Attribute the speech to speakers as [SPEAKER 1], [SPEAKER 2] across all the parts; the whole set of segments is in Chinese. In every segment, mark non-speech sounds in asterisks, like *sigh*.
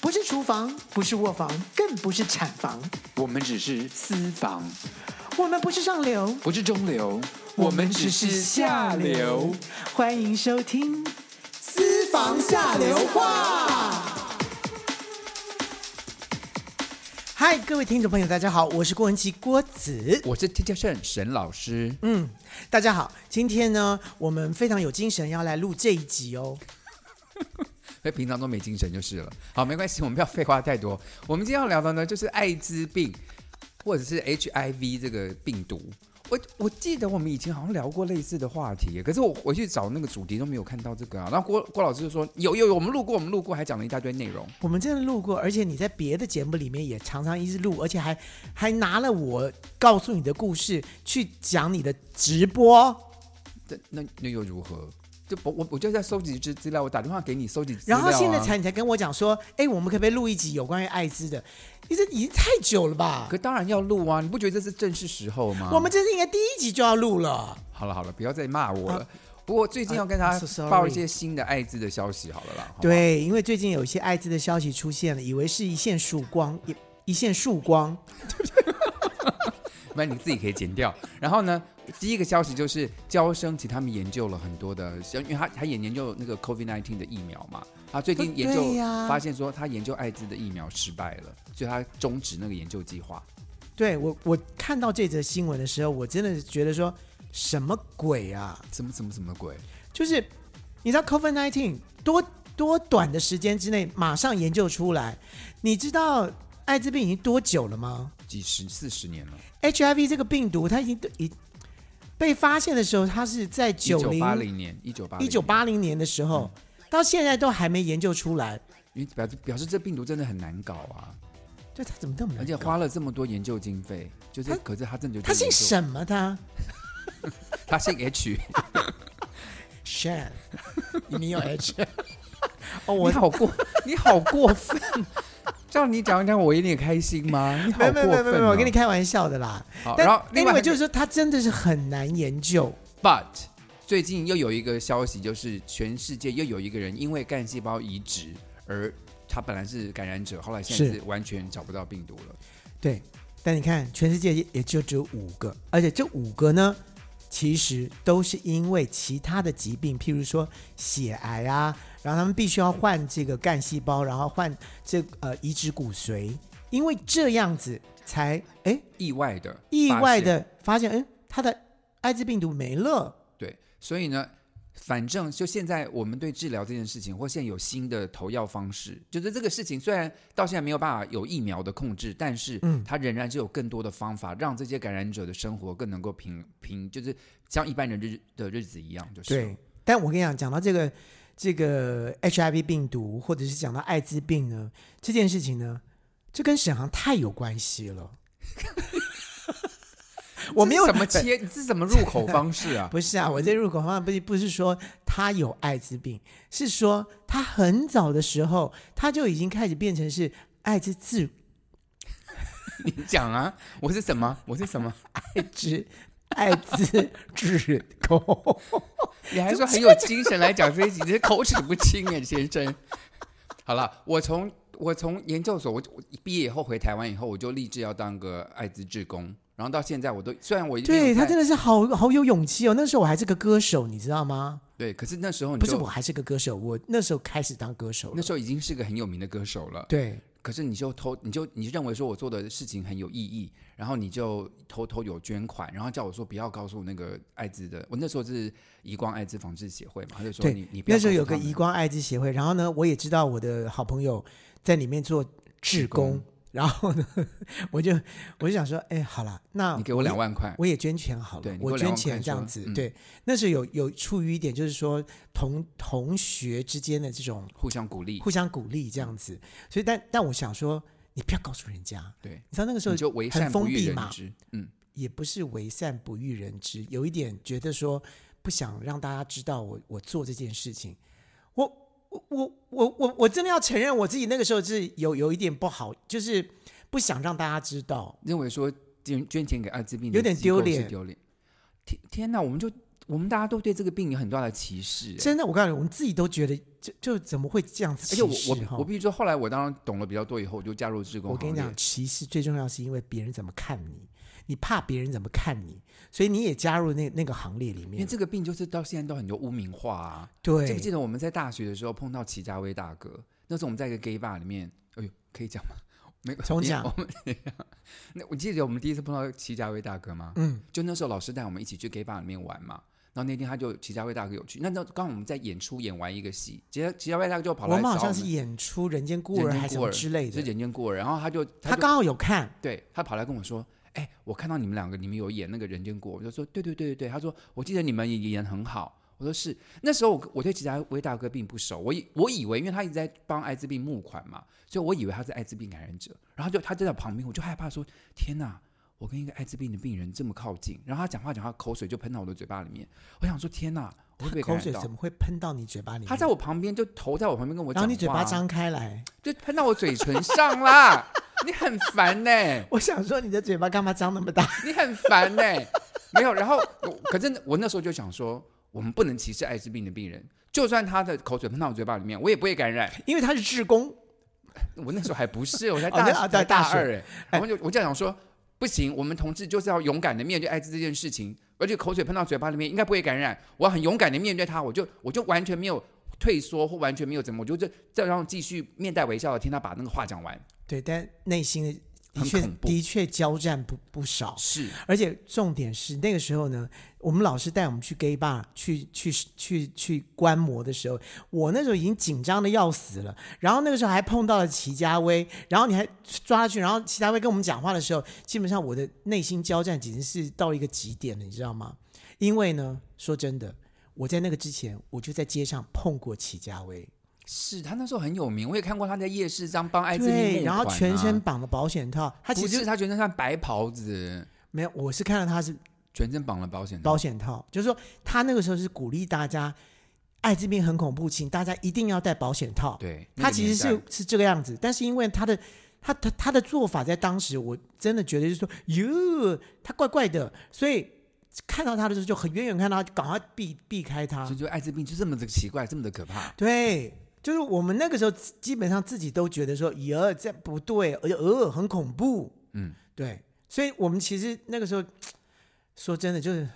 [SPEAKER 1] 不是厨房，不是卧房，更不是产房，
[SPEAKER 2] 我们只是私房，
[SPEAKER 1] 我们不是上流，
[SPEAKER 2] 不是中流，我们只是下流。。
[SPEAKER 1] 欢迎收听《私房下流话》。嗨，各位听众朋友，大家好，我是郭文琪郭子。
[SPEAKER 2] 我是 T T 盛沈老师，
[SPEAKER 1] 嗯，大家好，今天呢，我们非常有精神，要来录这一集哦。
[SPEAKER 2] 所以哎平常都没精神就是了。好，没关系，我们不要废话太多。我们今天要聊的呢，就是艾滋病或者是 HIV 这个病毒。我我记得我们以前好像聊过类似的话题，可是我回去找那个主题都没有看到这个啊。然后郭郭老师就说有有有，我们录过，我们录过，还讲了一大堆内容。
[SPEAKER 1] 我们真的录过，而且你在别的节目里面也常常一直录，而且还还拿了我告诉你的故事去讲你的直播，
[SPEAKER 2] 啊这那那又如何？就我我我就在收集资资料，我打电话给你收集资
[SPEAKER 1] 然
[SPEAKER 2] 料、啊。
[SPEAKER 1] 后现在才你才跟我讲说，哎，我们可不可以录一集有关于艾滋的？你这已经太久了吧？
[SPEAKER 2] 可当然要录啊！你不觉得这是正是时候吗？
[SPEAKER 1] 我们这是应该第一集就要录了。
[SPEAKER 2] 好了好了，不要再骂我了。不过最近要跟
[SPEAKER 1] I'm
[SPEAKER 2] 他
[SPEAKER 1] so sorry
[SPEAKER 2] 报一些新的艾滋的消息，好了啦。好吧，
[SPEAKER 1] 对，因为最近有一些艾滋的消息出现了，以为是一线曙光，一一线曙光。
[SPEAKER 2] 不然你自己可以剪掉。然后呢，第一个消息就是交生，其实他们研究了很多的，像因为他他也研究那个 COVID-19 的疫苗嘛，他最近研究
[SPEAKER 1] 对呀
[SPEAKER 2] 发现说他研究艾滋的疫苗失败了，所以他终止那个研究计划。
[SPEAKER 1] 对我，我看到这则新闻的时候，我真的觉得说什么鬼啊！
[SPEAKER 2] 什么什么什么鬼？
[SPEAKER 1] 就是你知道 COVID nineteen 多多短的时间之内马上研究出来，你知道艾滋病已经多久了吗
[SPEAKER 2] 几十四十年了，
[SPEAKER 1] ？HIV 这个病毒它已经已被发现的时候，它是在
[SPEAKER 2] 一
[SPEAKER 1] 九
[SPEAKER 2] 九八
[SPEAKER 1] 零
[SPEAKER 2] 零年，嗯一九八
[SPEAKER 1] 一九，八零年的时候，到现在都还没研究出来，
[SPEAKER 2] 因为表示表示这病毒真的很难搞啊，
[SPEAKER 1] 对它怎么那么
[SPEAKER 2] 而
[SPEAKER 1] 难
[SPEAKER 2] 且
[SPEAKER 1] 哎搞？
[SPEAKER 2] 花了这么多研究经费，就是
[SPEAKER 1] 他
[SPEAKER 2] 可是他真的就
[SPEAKER 1] 他姓啊
[SPEAKER 2] 沈。
[SPEAKER 1] 什么他？
[SPEAKER 2] 他姓 H，
[SPEAKER 1] s h a n
[SPEAKER 2] *laughs*
[SPEAKER 1] 你有 H？哦，
[SPEAKER 2] 你
[SPEAKER 1] 我
[SPEAKER 2] 好
[SPEAKER 1] *laughs*
[SPEAKER 2] 过，你好过 *laughs* 分！照你讲一讲，我有点开心吗？你
[SPEAKER 1] 没
[SPEAKER 2] 好
[SPEAKER 1] 有
[SPEAKER 2] 过
[SPEAKER 1] 没
[SPEAKER 2] 分、
[SPEAKER 1] 有
[SPEAKER 2] 哦！
[SPEAKER 1] 没有没有，我跟你开玩笑的啦。
[SPEAKER 2] 好，
[SPEAKER 1] 但
[SPEAKER 2] 然后另外
[SPEAKER 1] anyway 就是说，它真的是很难研究。
[SPEAKER 2] ，But 最近又有一个消息，就是全世界又有一个人因为干细胞移植而他本来是感染者，后来现在
[SPEAKER 1] 是
[SPEAKER 2] 是完全找不到病毒了。
[SPEAKER 1] 对，但你看，全世界也就只有五个，而且这五个呢，其实都是因为其他的疾病，譬如说血癌啊，然后他们必须要换这个干细胞，然后换这呃移植骨髓，因为这样子才哎
[SPEAKER 2] 意外的，
[SPEAKER 1] 意外
[SPEAKER 2] 发现，
[SPEAKER 1] 的发现，哎，他的艾滋病毒没了。
[SPEAKER 2] 对，所以呢。反正就现在，我们对治疗这件事情，或现在有新的投药方式，就是这个事情虽然到现在没有办法有疫苗的控制，但是
[SPEAKER 1] 嗯
[SPEAKER 2] 它仍然是有更多的方法，让这些感染者的生活更能够平平，就是像一般人日的日子一样，就是
[SPEAKER 1] 对，但我跟你讲，讲到这个这个 HIV 病毒，或者是讲到艾滋病呢，这件事情呢，这跟沈航太有关系了。 *laughs* 我没有
[SPEAKER 2] 怎么切，你这是什么入口方式啊？
[SPEAKER 1] *laughs* 不是啊，我这入口方案不是不是说他有艾滋病，是说他很早的时候他就已经开始变成是艾滋自
[SPEAKER 2] 你讲啊，我是什么？我是什么？
[SPEAKER 1] 艾滋艾滋治口。
[SPEAKER 2] 你还说很有精神来讲这一集，你这口齿不清哎，先生。好了，我从我从研究所，我我毕业以后回台湾以后，我就立志要当个艾滋志工，然后到现在我都虽然我
[SPEAKER 1] 对他
[SPEAKER 2] 这
[SPEAKER 1] 真的是好好有勇气哦。那时候我还是个歌手，你知道吗？
[SPEAKER 2] 对，可是那时候你
[SPEAKER 1] 不是
[SPEAKER 2] 就
[SPEAKER 1] 我还是个歌手，我那时候开始当歌手了
[SPEAKER 2] 那。时候已经是个很有名的歌手了，
[SPEAKER 1] 对，
[SPEAKER 2] 可是你就偷，你就你就认为说我做的事情很有意义，然后你就偷偷有捐款，然后叫我说不要告诉那个艾滋的，我那时候是移光艾滋防治协会嘛，他就说
[SPEAKER 1] 对
[SPEAKER 2] 你你不要
[SPEAKER 1] 那时候
[SPEAKER 2] 告诉
[SPEAKER 1] 有个
[SPEAKER 2] 他们
[SPEAKER 1] 移光艾滋协会，然后呢，我也知道我的好朋友在里面做志工，
[SPEAKER 2] 工
[SPEAKER 1] 然后呢， *laughs* 我就我就想说，哎，好了，那
[SPEAKER 2] 你给我
[SPEAKER 1] 也
[SPEAKER 2] 两，万块，
[SPEAKER 1] 我也捐钱好了，
[SPEAKER 2] 对你给
[SPEAKER 1] 我
[SPEAKER 2] 我
[SPEAKER 1] 捐
[SPEAKER 2] 2万
[SPEAKER 1] 钱
[SPEAKER 2] 块
[SPEAKER 1] 这样
[SPEAKER 2] 说
[SPEAKER 1] 子。
[SPEAKER 2] 嗯
[SPEAKER 1] 对，那时候有有出于一点就是说同同学之间的这种
[SPEAKER 2] 互相鼓励，
[SPEAKER 1] 互相鼓励这样子，所以但但我想说，你不要告诉人家，
[SPEAKER 2] 对。
[SPEAKER 1] 你知道那个时候
[SPEAKER 2] 你就为
[SPEAKER 1] 很
[SPEAKER 2] 善
[SPEAKER 1] 封
[SPEAKER 2] 不欲
[SPEAKER 1] 闭
[SPEAKER 2] 人
[SPEAKER 1] 嘛
[SPEAKER 2] 知，嗯，
[SPEAKER 1] 也不是为善不欲人知，有一点觉得说不想让大家知道我我做这件事情，我我我我我我真的要承认我自己那个时候是有有一点不好，就是不想让大家知道。
[SPEAKER 2] 认为说捐捐钱给艾滋病的
[SPEAKER 1] 有点
[SPEAKER 2] 机构
[SPEAKER 1] 丢脸
[SPEAKER 2] 是丢脸。天天哪，我们就我们大家都对这个病有很大的歧视、欸
[SPEAKER 1] 真的，我告诉你，我们自己都觉得，就就怎么会这样子歧
[SPEAKER 2] 而且我
[SPEAKER 1] 视哈？
[SPEAKER 2] 我我必须说，后来我当然懂了比较多以后，我就加入志工
[SPEAKER 1] 我跟你
[SPEAKER 2] 行
[SPEAKER 1] 讲
[SPEAKER 2] 列，，
[SPEAKER 1] 歧视最重要是因为别人怎么看你，你怕别人怎么看你，所以你也加入那那个行列里
[SPEAKER 2] 因为
[SPEAKER 1] 面。
[SPEAKER 2] 这个病就是到现在都很多污名化啊。记不记
[SPEAKER 1] 对，
[SPEAKER 2] 得我们在大学的时候碰到齐家威大哥？那时候我们在一个 gay bar 里面，哎呦，可以讲吗？ *laughs* 没，
[SPEAKER 1] 重讲
[SPEAKER 2] 我们 *laughs* 那我记得我们第一次碰到齐家威大哥吗？
[SPEAKER 1] 嗯，
[SPEAKER 2] 就那时候老师带我们一起去 gay bar 里面玩嘛。然后那天他就齐家威大哥有去，那那刚好我们在演出演完一个戏，齐家齐家威大哥就跑
[SPEAKER 1] 我
[SPEAKER 2] 来
[SPEAKER 1] 们
[SPEAKER 2] 找
[SPEAKER 1] 好像
[SPEAKER 2] 们
[SPEAKER 1] 是演出《人间孤
[SPEAKER 2] 人
[SPEAKER 1] 儿》
[SPEAKER 2] 间
[SPEAKER 1] 还是什
[SPEAKER 2] 孤
[SPEAKER 1] 么
[SPEAKER 2] 儿
[SPEAKER 1] 之类
[SPEAKER 2] 是
[SPEAKER 1] 的，
[SPEAKER 2] 人间孤儿，然后他就
[SPEAKER 1] 他
[SPEAKER 2] 就
[SPEAKER 1] 刚好有看，
[SPEAKER 2] 对他跑来跟我说：“哎、我看到你们两个，你们有演那个人间国。”我就说：“对对对对对。”他说：“我记得你们也演得很好。”我说：“是。”那时候我我对其他威大哥并不熟，我以我以为因为他一直在帮艾滋病募款嘛，所以我以为他是艾滋病感染者。然后就他就在旁边，我就害怕说：“天哪！”我跟一个艾滋病的病人这么靠近，然后他讲话讲话，口水就喷到我的嘴巴里面。我想说：“天哪！”
[SPEAKER 1] 他
[SPEAKER 2] 我会被感
[SPEAKER 1] 口
[SPEAKER 2] 染
[SPEAKER 1] 水
[SPEAKER 2] 到
[SPEAKER 1] 怎。么会喷到你嘴巴里面？
[SPEAKER 2] 他在我旁边就头在我旁边跟我讲
[SPEAKER 1] 然
[SPEAKER 2] 话，啊
[SPEAKER 1] 后你嘴巴张开来，
[SPEAKER 2] 就喷到我嘴唇上啦，你很烦呢、
[SPEAKER 1] 我想说你的嘴巴干嘛张那么大？
[SPEAKER 2] 你很烦呢、没有，然后我可是我那时候就想说，我们不能歧视艾滋病的病人，就算他的口水喷到我嘴巴里面，我也不会感染。
[SPEAKER 1] 因为他是志工，
[SPEAKER 2] 我那时候还不是，我才
[SPEAKER 1] 哦
[SPEAKER 2] 大、
[SPEAKER 1] 那啊
[SPEAKER 2] 才
[SPEAKER 1] 对大
[SPEAKER 2] 大二哎、
[SPEAKER 1] 哎
[SPEAKER 2] 然后就我就想说，不行，我们同志就是要勇敢的面对艾滋这件事情，而且口水喷到嘴巴里面应该不会感染，我要很勇敢的面对它，我就我就完全没有退缩或完全没有怎么，我就这这样继续面带微笑的听他把那个话讲完。
[SPEAKER 1] 对，但内心的
[SPEAKER 2] 很
[SPEAKER 1] 确
[SPEAKER 2] 恐怖
[SPEAKER 1] 的确交战不不少。
[SPEAKER 2] 是，
[SPEAKER 1] 而且重点是那个时候呢，我们老师带我们去 gay bar 去去去去观摩的时候，我那时候已经紧张的要死了。然后那个时候还碰到了齐家威，然后你还抓他去，然后齐家威跟我们讲话的时候，基本上我的内心交战简直是到一个极点了，你知道吗？因为呢，说真的，我在那个之前我就在街上碰过齐家威，
[SPEAKER 2] 是他那时候很有名，我也看过他在夜市上帮艾滋病募款啊、
[SPEAKER 1] 对，然后全身绑了保险套，他其
[SPEAKER 2] 不是
[SPEAKER 1] 实
[SPEAKER 2] 他全身穿白袍子，
[SPEAKER 1] 没有，我是看到他是
[SPEAKER 2] 全身绑了保险套
[SPEAKER 1] 保。险套，就是说他那个时候是鼓励大家，艾滋病很恐怖，请大家一定要戴保险套。
[SPEAKER 2] 对，那
[SPEAKER 1] 他
[SPEAKER 2] 个
[SPEAKER 1] 其
[SPEAKER 2] 年
[SPEAKER 1] 实
[SPEAKER 2] 代
[SPEAKER 1] 是是这个样子，但是因为他的他他他的做法在当时，我真的觉得就是说，哟，他怪怪的，所以看到他的时候就很远远看到他，赶快避避开他
[SPEAKER 2] 所以。就艾滋病就这么的奇怪，这么的可怕。
[SPEAKER 1] 对，就是我们那个时候基本上自己都觉得说，哟，这不对，而且呃很恐怖。
[SPEAKER 2] 嗯，
[SPEAKER 1] 对，所以我们其实那个时候说真的就是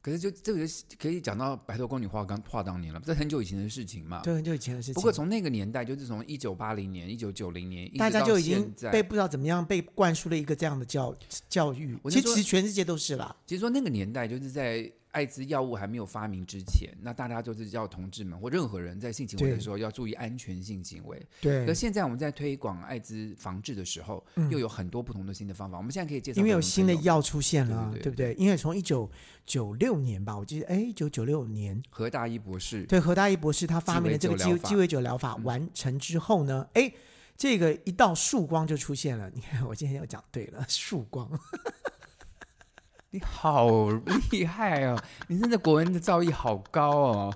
[SPEAKER 2] 可是就这个就可以讲到白头宫女话当话当年了，这很久以前的事情嘛。
[SPEAKER 1] 对很久以前的事情。
[SPEAKER 2] 啊不过从那个年代，就是从一九八零年、一九九零年，一直
[SPEAKER 1] 大家
[SPEAKER 2] 到
[SPEAKER 1] 就已经
[SPEAKER 2] 现在
[SPEAKER 1] 被不知道怎么样被灌输了一个这样的教教育，
[SPEAKER 2] 我
[SPEAKER 1] 其
[SPEAKER 2] 是
[SPEAKER 1] 实
[SPEAKER 2] 说
[SPEAKER 1] 其实全世界都是啦。
[SPEAKER 2] 其实说那个年代就是在艾滋药物还没有发明之前，那大家就是叫同志们或任何人在性行为的
[SPEAKER 1] 对
[SPEAKER 2] 时候要注意安全性行为。可
[SPEAKER 1] 对，
[SPEAKER 2] 现在我们在推广艾滋防治的时候，
[SPEAKER 1] 嗯
[SPEAKER 2] 又有很多不同的新的方法。我们现在可以介绍，
[SPEAKER 1] 因为有新的药出现了，啊
[SPEAKER 2] 对对对
[SPEAKER 1] 对不对？因为从一九九六年吧，我记得，哎，一九九六年，
[SPEAKER 2] 何大一博士，
[SPEAKER 1] 对何大一博士他发明了这个
[SPEAKER 2] 鸡尾
[SPEAKER 1] 鸡
[SPEAKER 2] 酒疗法嗯
[SPEAKER 1] 鸡尾酒疗法完成之后呢，哎，这个一道曙光就出现了。你看，我今天又讲对了，曙光。
[SPEAKER 2] 你好厉害哦！ *laughs* 你真的国文的造诣好高哦。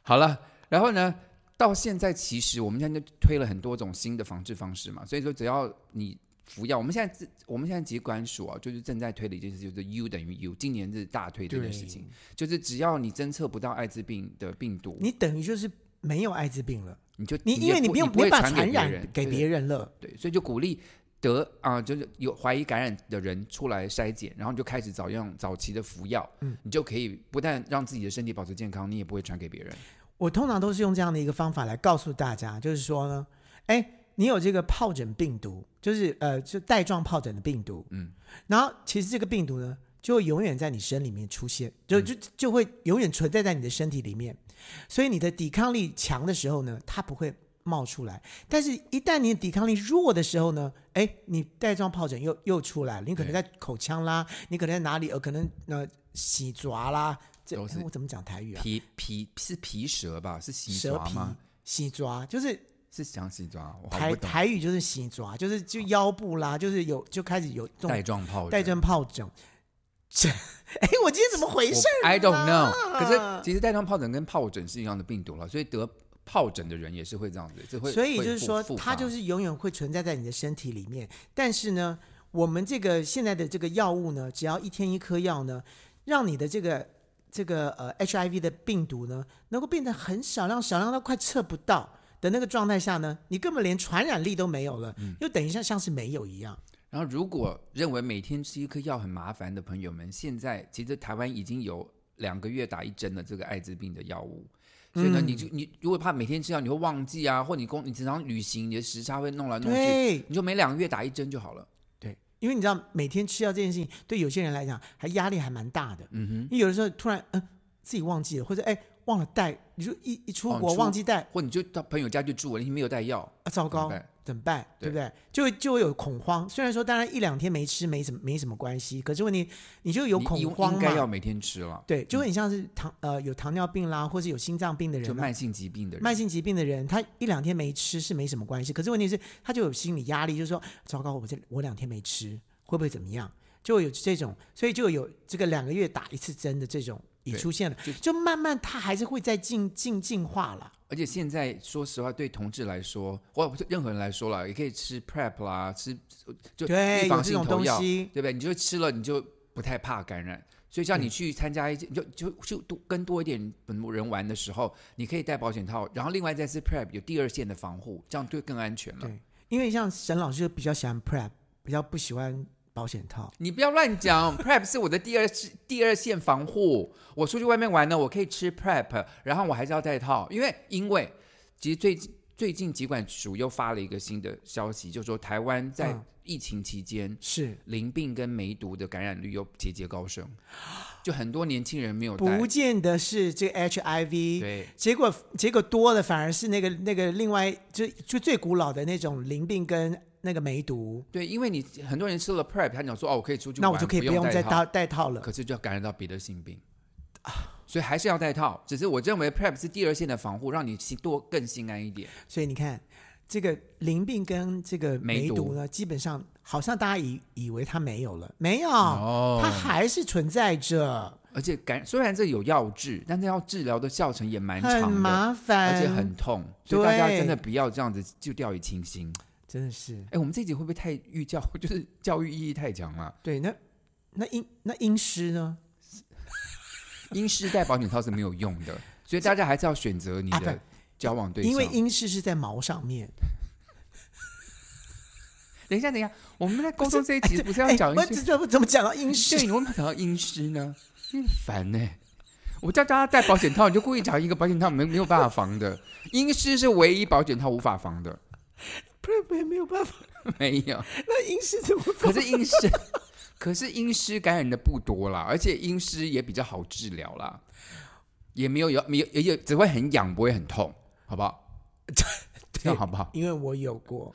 [SPEAKER 2] 好了，然后呢，到现在其实我们现在就推了很多种新的防治方式嘛，所以说只要你服药，我们现在自我们现在疾管署啊，就是正在推的一件事，就是 U 等于 U，今年是大推这件事情，就是只要你侦测不到艾滋病的病毒，
[SPEAKER 1] 你等于就是没有艾滋病了，
[SPEAKER 2] 你就
[SPEAKER 1] 你因为
[SPEAKER 2] 也
[SPEAKER 1] 你
[SPEAKER 2] 不
[SPEAKER 1] 没有
[SPEAKER 2] 不会
[SPEAKER 1] 没办法传
[SPEAKER 2] 传给别
[SPEAKER 1] 染
[SPEAKER 2] 人
[SPEAKER 1] 给
[SPEAKER 2] 对
[SPEAKER 1] 别人了。
[SPEAKER 2] 对，所以就鼓励得啊、就是有怀疑感染的人出来筛检，然后你就开始早用早期的服药，
[SPEAKER 1] 嗯
[SPEAKER 2] 你就可以不但让自己的身体保持健康，你也不会传给别人。
[SPEAKER 1] 我通常都是用这样的一个方法来告诉大家，就是说呢，哎，你有这个疱疹病毒，就是呃，就带状疱疹的病毒，
[SPEAKER 2] 嗯，
[SPEAKER 1] 然后其实这个病毒呢，就会永远在你身里面出现，
[SPEAKER 2] 嗯
[SPEAKER 1] 就就就会永远存在在你的身体里面，所以你的抵抗力强的时候呢，它不会冒出来，但是一旦你的抵抗力弱的时候呢，哎，你带状疱疹又又出来了，你可能
[SPEAKER 2] 对
[SPEAKER 1] 在口腔啦，你可能在哪里，呃，可能呃洗爪啦，这
[SPEAKER 2] 都是
[SPEAKER 1] 哎我怎么讲台语啊？
[SPEAKER 2] 皮皮是皮蛇吧？是洗
[SPEAKER 1] 蛇
[SPEAKER 2] 抓
[SPEAKER 1] 皮
[SPEAKER 2] 吗？、
[SPEAKER 1] 洗爪，就是
[SPEAKER 2] 是想洗抓？我好
[SPEAKER 1] 台
[SPEAKER 2] 不懂。
[SPEAKER 1] 台语就是洗爪，就是就腰部啦，就是有就开始有这
[SPEAKER 2] 带
[SPEAKER 1] 种
[SPEAKER 2] 状疱疹。
[SPEAKER 1] 带状疱疹。 *laughs* 这，哎，我今天怎么回事？啊
[SPEAKER 2] 我 I don't know。可
[SPEAKER 1] 啦
[SPEAKER 2] 是其实带状疱疹跟疱疹是一样的病毒了，所以得疱疹的人也是会这样子，这会
[SPEAKER 1] 所以
[SPEAKER 2] 会
[SPEAKER 1] 就是
[SPEAKER 2] 复
[SPEAKER 1] 说，
[SPEAKER 2] 复
[SPEAKER 1] 它
[SPEAKER 2] 发
[SPEAKER 1] 就是永远会存在在你的身体里面。但是呢，我们这个现在的这个药物呢，只要一天一颗药呢，让你的这个这个呃 HIV 的病毒呢，能够变得很少量，少量到快测不到的那个状态下呢，你根本连传染力都没有了，
[SPEAKER 2] 嗯
[SPEAKER 1] 又等一下像是没有一样。
[SPEAKER 2] 然后，如果认为每天吃一颗药很麻烦的朋友们，现在其实台湾已经有两个月打一针的这个艾滋病的药物，所以
[SPEAKER 1] 嗯
[SPEAKER 2] 呢，你就你如果怕每天吃药你会忘记啊，或你工你经常旅行，你的时差会弄来弄去，
[SPEAKER 1] 对，
[SPEAKER 2] 你就每两个月打一针就好了。
[SPEAKER 1] 因为你知道每天吃药这件事情，对有些人来讲还压力还蛮大的。
[SPEAKER 2] 嗯哼，
[SPEAKER 1] 你有的时候突然嗯、自己忘记了，或者哎忘了带，你就一一出
[SPEAKER 2] 哦你
[SPEAKER 1] 国
[SPEAKER 2] 出
[SPEAKER 1] 忘记带，
[SPEAKER 2] 或你就到朋友家去住，你没有带药，
[SPEAKER 1] 啊糟糕
[SPEAKER 2] 怎么，办
[SPEAKER 1] 怎么办？对
[SPEAKER 2] 对
[SPEAKER 1] 不对？就会就会有恐慌。虽然说当然一两天没吃没什么没什么关系，可是问题你就有
[SPEAKER 2] 你
[SPEAKER 1] 恐
[SPEAKER 2] 应
[SPEAKER 1] 慌
[SPEAKER 2] 应该要
[SPEAKER 1] 嘛。
[SPEAKER 2] 每天吃了，嗯
[SPEAKER 1] 对，就会很像是糖呃有糖尿病啦，或是有心脏病的
[SPEAKER 2] 就
[SPEAKER 1] 人啊，
[SPEAKER 2] 慢性疾病的人，
[SPEAKER 1] 慢性疾病的人，他一两天没吃是没什么关系，可是问题是他就有心理压力，就是说糟糕，我这我两天没吃会不会怎么样？就有这种，所以就有这个两个月打一次针的这种也
[SPEAKER 2] 对
[SPEAKER 1] 出现了，
[SPEAKER 2] 就
[SPEAKER 1] 就慢慢他还是会在进进进化了。
[SPEAKER 2] 而且现在说实话，对同志来说，或不是任何人来说了，也可以吃 PrEP 啦，吃就
[SPEAKER 1] 对，
[SPEAKER 2] 预
[SPEAKER 1] 有
[SPEAKER 2] 防
[SPEAKER 1] 这
[SPEAKER 2] 性
[SPEAKER 1] 种
[SPEAKER 2] 投
[SPEAKER 1] 东
[SPEAKER 2] 药，对
[SPEAKER 1] 西，
[SPEAKER 2] 不对？你就吃了，你就不太怕感染。所以像你去参加一些，你就就就多跟多一点本人玩的时候，你可以戴保险套，然后另外再吃 PrEP，有第二线的防护，这样对更安全了
[SPEAKER 1] 对。因为像沈老师就比较喜欢 prep，比较不喜欢保险套。
[SPEAKER 2] 你不要乱讲，PrEP 是我的第二 *laughs* 是第二线防护。我出去外面玩呢，我可以吃 PrEP，然后我还是要戴套，因为因为其实最近最近疾管署又发了一个新的消息，就说台湾在
[SPEAKER 1] 嗯
[SPEAKER 2] 疫情期间，
[SPEAKER 1] 是
[SPEAKER 2] 淋病跟梅毒的感染率又节节高升，就很多年轻人没有戴。
[SPEAKER 1] 不见得是这个 HIV，
[SPEAKER 2] 对，
[SPEAKER 1] 结果结果多了反而是那个那个另外就就最古老的那种淋病跟那个梅毒，
[SPEAKER 2] 对，因为你很多人吃了 PrEP，他讲说哦，我可以出去玩，
[SPEAKER 1] 那我就可以
[SPEAKER 2] 不
[SPEAKER 1] 不用再
[SPEAKER 2] 戴套，
[SPEAKER 1] 戴戴套了。
[SPEAKER 2] 可是就感染到别的性病所以还是要戴套。只是我认为 PrEP 是第二线的防护，让你心多更心安一点。
[SPEAKER 1] 所以你看，这个淋病跟这个梅毒呢，基本上好像大家以以为它没有了，没有，
[SPEAKER 2] 哦
[SPEAKER 1] 它还是存在着，
[SPEAKER 2] 而且感虽然这有药治，但是要治疗的疗程也蛮
[SPEAKER 1] 很
[SPEAKER 2] 长的，
[SPEAKER 1] 麻烦，
[SPEAKER 2] 而且很痛，
[SPEAKER 1] 对
[SPEAKER 2] 所以大家真的不要这样子就掉以轻心。
[SPEAKER 1] 真的是
[SPEAKER 2] 哎，我们这集会不会太寓教， *laughs* 就是教育意义太强了？
[SPEAKER 1] 对。那那阴那阴湿呢？
[SPEAKER 2] 阴湿戴保险套是没有用的，所以大家还是要选择你
[SPEAKER 1] 啊不
[SPEAKER 2] 的交往对象。
[SPEAKER 1] 因为阴湿是在毛上面，
[SPEAKER 2] 等一下，等一下，我们在沟通这一
[SPEAKER 1] 哎
[SPEAKER 2] 集
[SPEAKER 1] 这
[SPEAKER 2] 不是要
[SPEAKER 1] 哎
[SPEAKER 2] 讲
[SPEAKER 1] 我
[SPEAKER 2] 一
[SPEAKER 1] 这
[SPEAKER 2] 些？
[SPEAKER 1] 这怎么讲到阴湿
[SPEAKER 2] 对，？你为什么讲到阴湿呢？真烦呢、欸我叫大家戴保险套，你就故意讲一个保险套没没有办法防的，阴湿是唯一保险套无法防的，
[SPEAKER 1] 不是，不是没有办法，
[SPEAKER 2] 没有。
[SPEAKER 1] 那阴湿怎么办？
[SPEAKER 2] 可是阴湿， *laughs* 可是阴湿感染的不多啦，而且阴湿也比较好治疗啦，也没有有没有也有只会很痒，不会很痛，好不好？ *laughs* 这样好不好？
[SPEAKER 1] 因为我有过，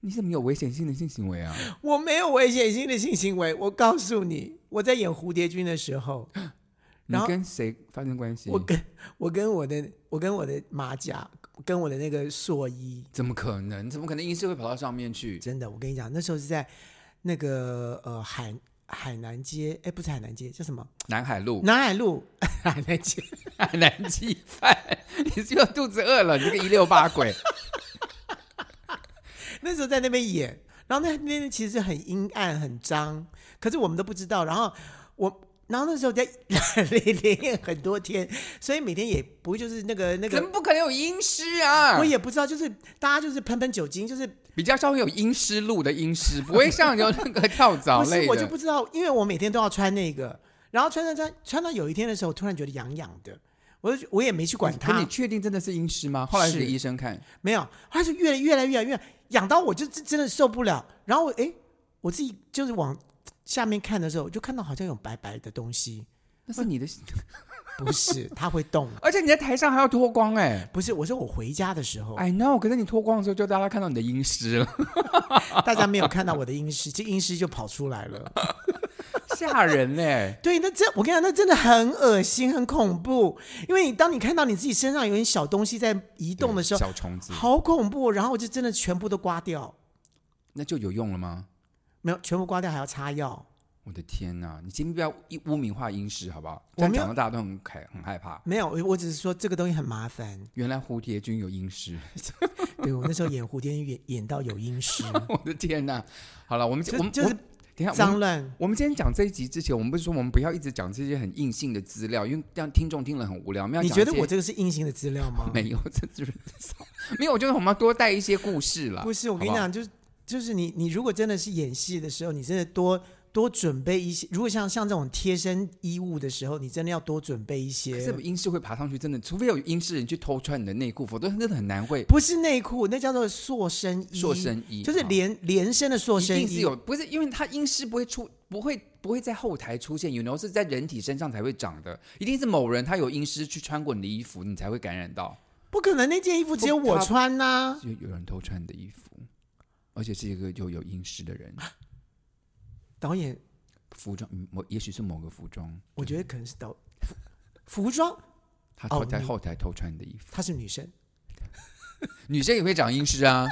[SPEAKER 2] 你怎么有危险性的性行为啊？
[SPEAKER 1] 我没有危险性的性行为。我告诉你，我在演蝴蝶君的时候，
[SPEAKER 2] 你
[SPEAKER 1] 然后
[SPEAKER 2] 跟谁发生关系？
[SPEAKER 1] 我跟我跟我的我跟我的马甲，跟我的那个硕衣，
[SPEAKER 2] 怎么可能？怎么可能阴湿会跑到上面去？ *laughs*
[SPEAKER 1] 真的，我跟你讲，那时候是在那个呃海海南街，哎，不是海南街，叫什么？
[SPEAKER 2] 南海路、 *laughs*
[SPEAKER 1] 南海路 *laughs* 海南街。
[SPEAKER 2] 海南鸡饭，你是又肚子饿了？你这个一六
[SPEAKER 1] *laughs*
[SPEAKER 2] 八鬼，
[SPEAKER 1] 那时候在那边演，然后那那边其实很阴暗、很脏，可是我们都不知道。然后我，然后那时候在 *laughs* 连演很多天，所以每天也不会就是那个那
[SPEAKER 2] 怎
[SPEAKER 1] 个
[SPEAKER 2] 么，不可能有阴湿啊？
[SPEAKER 1] 我也不知道，就是大家就是喷喷酒精，就是
[SPEAKER 2] 比较稍微有阴湿路的阴湿，不会像有那个跳蚤
[SPEAKER 1] 不
[SPEAKER 2] 类
[SPEAKER 1] 是
[SPEAKER 2] 的。
[SPEAKER 1] 我就不知道，因为我每天都要穿那个，然后穿穿穿穿到有一天的时候，突然觉得痒痒的，我就觉我也没去管
[SPEAKER 2] 可
[SPEAKER 1] 它
[SPEAKER 2] 你，确定真的是阴湿吗？后来
[SPEAKER 1] 是
[SPEAKER 2] 给医生看，
[SPEAKER 1] 没有，它就越来越来越来越痒到我就真真的受不了，然后我哎，我自己就是往下面看的时候，我就看到好像有白白的东西。
[SPEAKER 2] 那是你的，
[SPEAKER 1] 不是，它会动。
[SPEAKER 2] *laughs* 而且你在台上还要脱光哎、
[SPEAKER 1] 不是，我说我回家的时候，
[SPEAKER 2] I know，可是你脱光的时候，就大家看到你的阴湿了，
[SPEAKER 1] 大家没有看到我的阴湿，这阴湿就跑出来了。
[SPEAKER 2] 吓人嘞、 *laughs*
[SPEAKER 1] 对，那这我跟你讲，那真的很恶心，很恐怖。因为你当你看到你自己身上有点小东西在移动的时候，
[SPEAKER 2] 小虫子，
[SPEAKER 1] 好恐怖。然后我就真的全部都刮掉，
[SPEAKER 2] 那就有用了吗？
[SPEAKER 1] 没有全部刮掉还要擦药，
[SPEAKER 2] 我的天呐，你今天不要一污名化阴湿好不好？
[SPEAKER 1] 我
[SPEAKER 2] 这样
[SPEAKER 1] 没有
[SPEAKER 2] 讲到大家都很害很害怕。
[SPEAKER 1] 没有。我我只是说这个东西很麻烦。
[SPEAKER 2] 原来蝴蝶君有阴 *laughs* 湿，
[SPEAKER 1] *laughs* 对我那时候演蝴蝶演演到有阴湿，
[SPEAKER 2] 我的天呐！好了，我们
[SPEAKER 1] 就
[SPEAKER 2] 我们
[SPEAKER 1] 就是
[SPEAKER 2] 我等一下，我
[SPEAKER 1] 脏
[SPEAKER 2] 们
[SPEAKER 1] 乱
[SPEAKER 2] 我们今天讲这一集之前，我们不是说我们不要一直讲这些很硬性的资料，因为让听众听了很无聊。我们要
[SPEAKER 1] 你
[SPEAKER 2] 讲
[SPEAKER 1] 觉
[SPEAKER 2] 一
[SPEAKER 1] 得
[SPEAKER 2] 些
[SPEAKER 1] 我这个是硬性的资料吗？
[SPEAKER 2] *laughs* 没有，这就是 *laughs* 没有。我觉得我们要多带一些故事
[SPEAKER 1] *laughs*
[SPEAKER 2] 啦。
[SPEAKER 1] 啊不是，我跟你
[SPEAKER 2] 好不好
[SPEAKER 1] 讲，就是就是你你如果真的是演戏的时候，你真的多多准备一些。如果像像这种贴身衣物的时候，你真的要多准备一
[SPEAKER 2] 可
[SPEAKER 1] 些
[SPEAKER 2] 是。英式会爬上去，真的，除非有英式人去偷穿你的内裤，否则真的很难会
[SPEAKER 1] 不是内裤，那叫做塑身衣。
[SPEAKER 2] 塑身衣，
[SPEAKER 1] 就是
[SPEAKER 2] 好
[SPEAKER 1] 连连身的塑
[SPEAKER 2] 一
[SPEAKER 1] 身
[SPEAKER 2] 定是
[SPEAKER 1] 衣。
[SPEAKER 2] 有，不是因为它阴湿不会出，不会不会在后台出现，有 you know, 是在人体身上才会长的，一定是某人他有阴湿去穿过你的衣服，你才会感染到
[SPEAKER 1] 不可能，那件衣服只有
[SPEAKER 2] 不
[SPEAKER 1] 我
[SPEAKER 2] 它
[SPEAKER 1] 穿呐、
[SPEAKER 2] 有有人偷穿你的衣服，而且是一个又有阴湿的人，
[SPEAKER 1] 导演，
[SPEAKER 2] 服装嗯某也许是某个服装，
[SPEAKER 1] 我觉得可能是导服服装，
[SPEAKER 2] 他
[SPEAKER 1] 哦
[SPEAKER 2] 偷在
[SPEAKER 1] 你
[SPEAKER 2] 后台偷穿你的衣服，
[SPEAKER 1] 她是女生。
[SPEAKER 2] 女生也会长阴
[SPEAKER 1] *laughs*
[SPEAKER 2] 湿啊。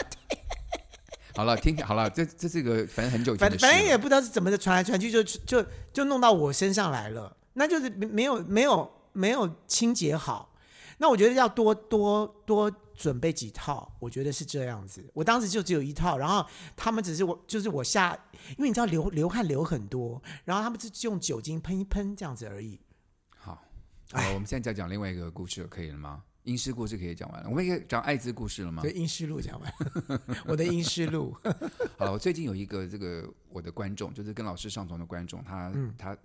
[SPEAKER 2] 好了，听好了，这这是一个反正很久以前
[SPEAKER 1] 反
[SPEAKER 2] 的事
[SPEAKER 1] 反正也
[SPEAKER 2] 了。
[SPEAKER 1] 不知道是怎么的传来传去就，就就弄到我身上来了，那就是没没有没有没有清洁好。那我觉得要多多多准备几套，我觉得是这样子。我当时就只有一套，然后他们只是我就是我下，因为你知道流流汗流很多，然后他们就是用酒精喷一喷这样子而已。
[SPEAKER 2] 好，好，我们现在再讲另外一个故事了，可以了吗？阴湿故事可以讲完了，我们也讲艾滋故事了吗？
[SPEAKER 1] 所以阴湿路讲完， *laughs* 我的阴湿路，
[SPEAKER 2] 好了，我呃最近有一个这个我的观众，就是跟老师上床的观众，他、他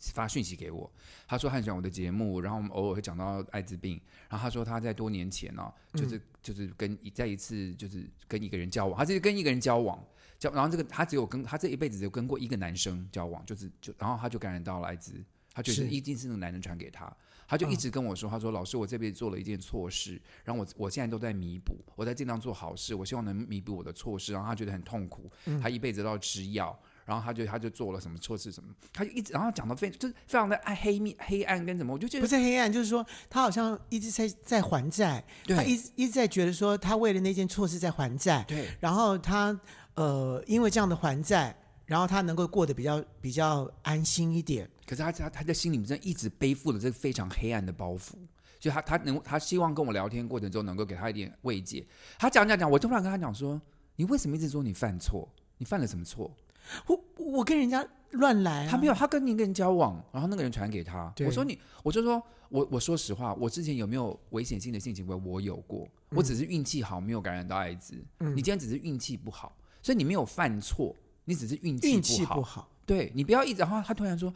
[SPEAKER 2] 发讯息给我，他说他很喜欢我的节目，然后我们偶尔会讲到艾滋病，然后他说他在多年前呢、就是、就是跟一在一次就是跟一个人交往，他就是跟一个人交往。交，然后这个他只有跟他这一辈子只有跟过一个男生交往，就是就然后他就感染到了艾滋，他觉得
[SPEAKER 1] 是
[SPEAKER 2] 一定是那个男人传给他，他就一直跟我说，他说老师我这辈子做了一件错事，然后我我现在都在弥补，我在尽量做好事，我希望能弥补我的错事，然后他觉得很痛苦，他一辈子都要吃药。然后他就他就做了什么错事什么，他就一直然后讲的非就是非常的暗黑密黑暗跟什么，我就觉
[SPEAKER 1] 不
[SPEAKER 2] 得
[SPEAKER 1] 是黑暗，就是说他好像一直在在还债，他一
[SPEAKER 2] 对
[SPEAKER 1] 直一直在觉得说他为了那件错事在还债，
[SPEAKER 2] 对
[SPEAKER 1] 然后他呃，因为这样的还债，然后他能够过得比较比较安心一点。
[SPEAKER 2] 可是他他他在心里面真的一直背负着这个非常黑暗的包袱，就他他能他希望跟我聊天过程中能够给他一点慰藉。他讲讲讲，我突然跟他讲说，你为什么一直说你犯错？你犯了什么错？
[SPEAKER 1] 我我跟人家乱来、啊，
[SPEAKER 2] 他没有，他跟一个人交往，然后那个人传给他。
[SPEAKER 1] 对
[SPEAKER 2] 我说你，我就说我我说实话，我之前有没有危险性的性行为？我有过，
[SPEAKER 1] 嗯
[SPEAKER 2] 我只是运气好，没有感染到艾滋。你今天只是运气不好，所以你没有犯错，你只是运气
[SPEAKER 1] 运气
[SPEAKER 2] 不好
[SPEAKER 1] 不。好，
[SPEAKER 2] 对你不要一直，然后他突然说，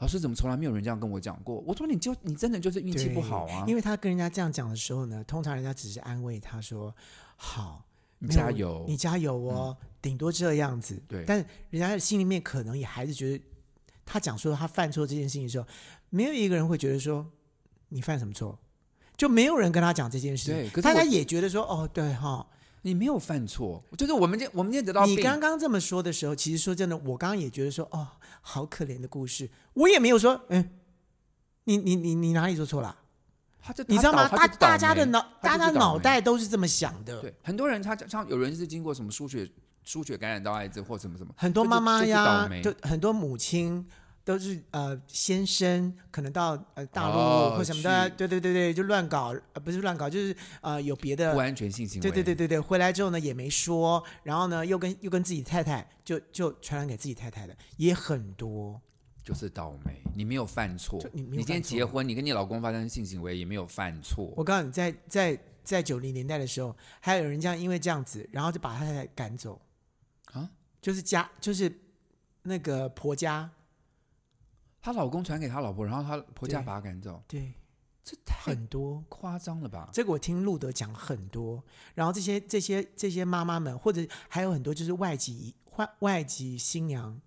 [SPEAKER 2] 老师怎么从来没有人这样跟我讲过？我说你就你真的就是运气
[SPEAKER 1] 对
[SPEAKER 2] 不好啊，
[SPEAKER 1] 因
[SPEAKER 2] 为
[SPEAKER 1] 为他跟人家这样讲的时候呢，通常人家只是安慰他说：“好，
[SPEAKER 2] 你
[SPEAKER 1] 没有
[SPEAKER 2] 加油
[SPEAKER 1] 你，加油哦，顶多这样子。”
[SPEAKER 2] 嗯对
[SPEAKER 1] 但人家心里面可能也还是觉得，他讲说他犯错这件事情的时候，没有一个人会觉得说你犯什么错，就没有人跟他讲这件事情。
[SPEAKER 2] 对可是
[SPEAKER 1] 大
[SPEAKER 2] 我
[SPEAKER 1] 家也觉得说：“哦，对哈、
[SPEAKER 2] 你没有犯错，就是我们今我们今天得到
[SPEAKER 1] 你
[SPEAKER 2] 病
[SPEAKER 1] 刚刚这么说的时候，其实说真的，我刚刚也觉得说，哦，好可怜的故事，我也没有说，嗯，你你你你哪里做错了？
[SPEAKER 2] 他就
[SPEAKER 1] 你知道吗？
[SPEAKER 2] 他
[SPEAKER 1] 大
[SPEAKER 2] 倒
[SPEAKER 1] 大家的
[SPEAKER 2] 他就
[SPEAKER 1] 脑，
[SPEAKER 2] 他就
[SPEAKER 1] 大
[SPEAKER 2] 是
[SPEAKER 1] 家
[SPEAKER 2] 倒
[SPEAKER 1] 脑
[SPEAKER 2] 霉
[SPEAKER 1] 袋都是这么想的。
[SPEAKER 2] 对很多人他像有人是经过什么输血输血感染到艾滋或什么什么，
[SPEAKER 1] 很多妈妈
[SPEAKER 2] 就是就是
[SPEAKER 1] 呀
[SPEAKER 2] 倒，霉
[SPEAKER 1] 就很多母亲都是呃先生，可能到呃大陆
[SPEAKER 2] 哦
[SPEAKER 1] 或什么的，
[SPEAKER 2] 去
[SPEAKER 1] 对对对对，就乱搞，呃不是乱搞，就是呃有别的
[SPEAKER 2] 不安全性行为，
[SPEAKER 1] 对对对对对，回来之后呢也没说，然后呢又跟又跟自己太太就就传染给自己太太的也很多，
[SPEAKER 2] 就是倒霉，你没有犯错
[SPEAKER 1] 就，你
[SPEAKER 2] 你
[SPEAKER 1] 没有
[SPEAKER 2] 今天
[SPEAKER 1] 犯错
[SPEAKER 2] 结婚，你跟你老公发生性行为也没有犯错，
[SPEAKER 1] 我告诉你，在在在九零年代的时候，还有人这样因为这样子，然后就把他太太赶走
[SPEAKER 2] 啊，
[SPEAKER 1] 就是家就是那个婆家，
[SPEAKER 2] 她老公传给她老婆，然后她婆家
[SPEAKER 1] 对
[SPEAKER 2] 把她赶走，
[SPEAKER 1] 对，
[SPEAKER 2] 这太
[SPEAKER 1] 很多。
[SPEAKER 2] 夸张了吧？
[SPEAKER 1] 这个我听路德讲很多，然后这些这些这些妈妈们，或者还有很多就是外籍外外籍新娘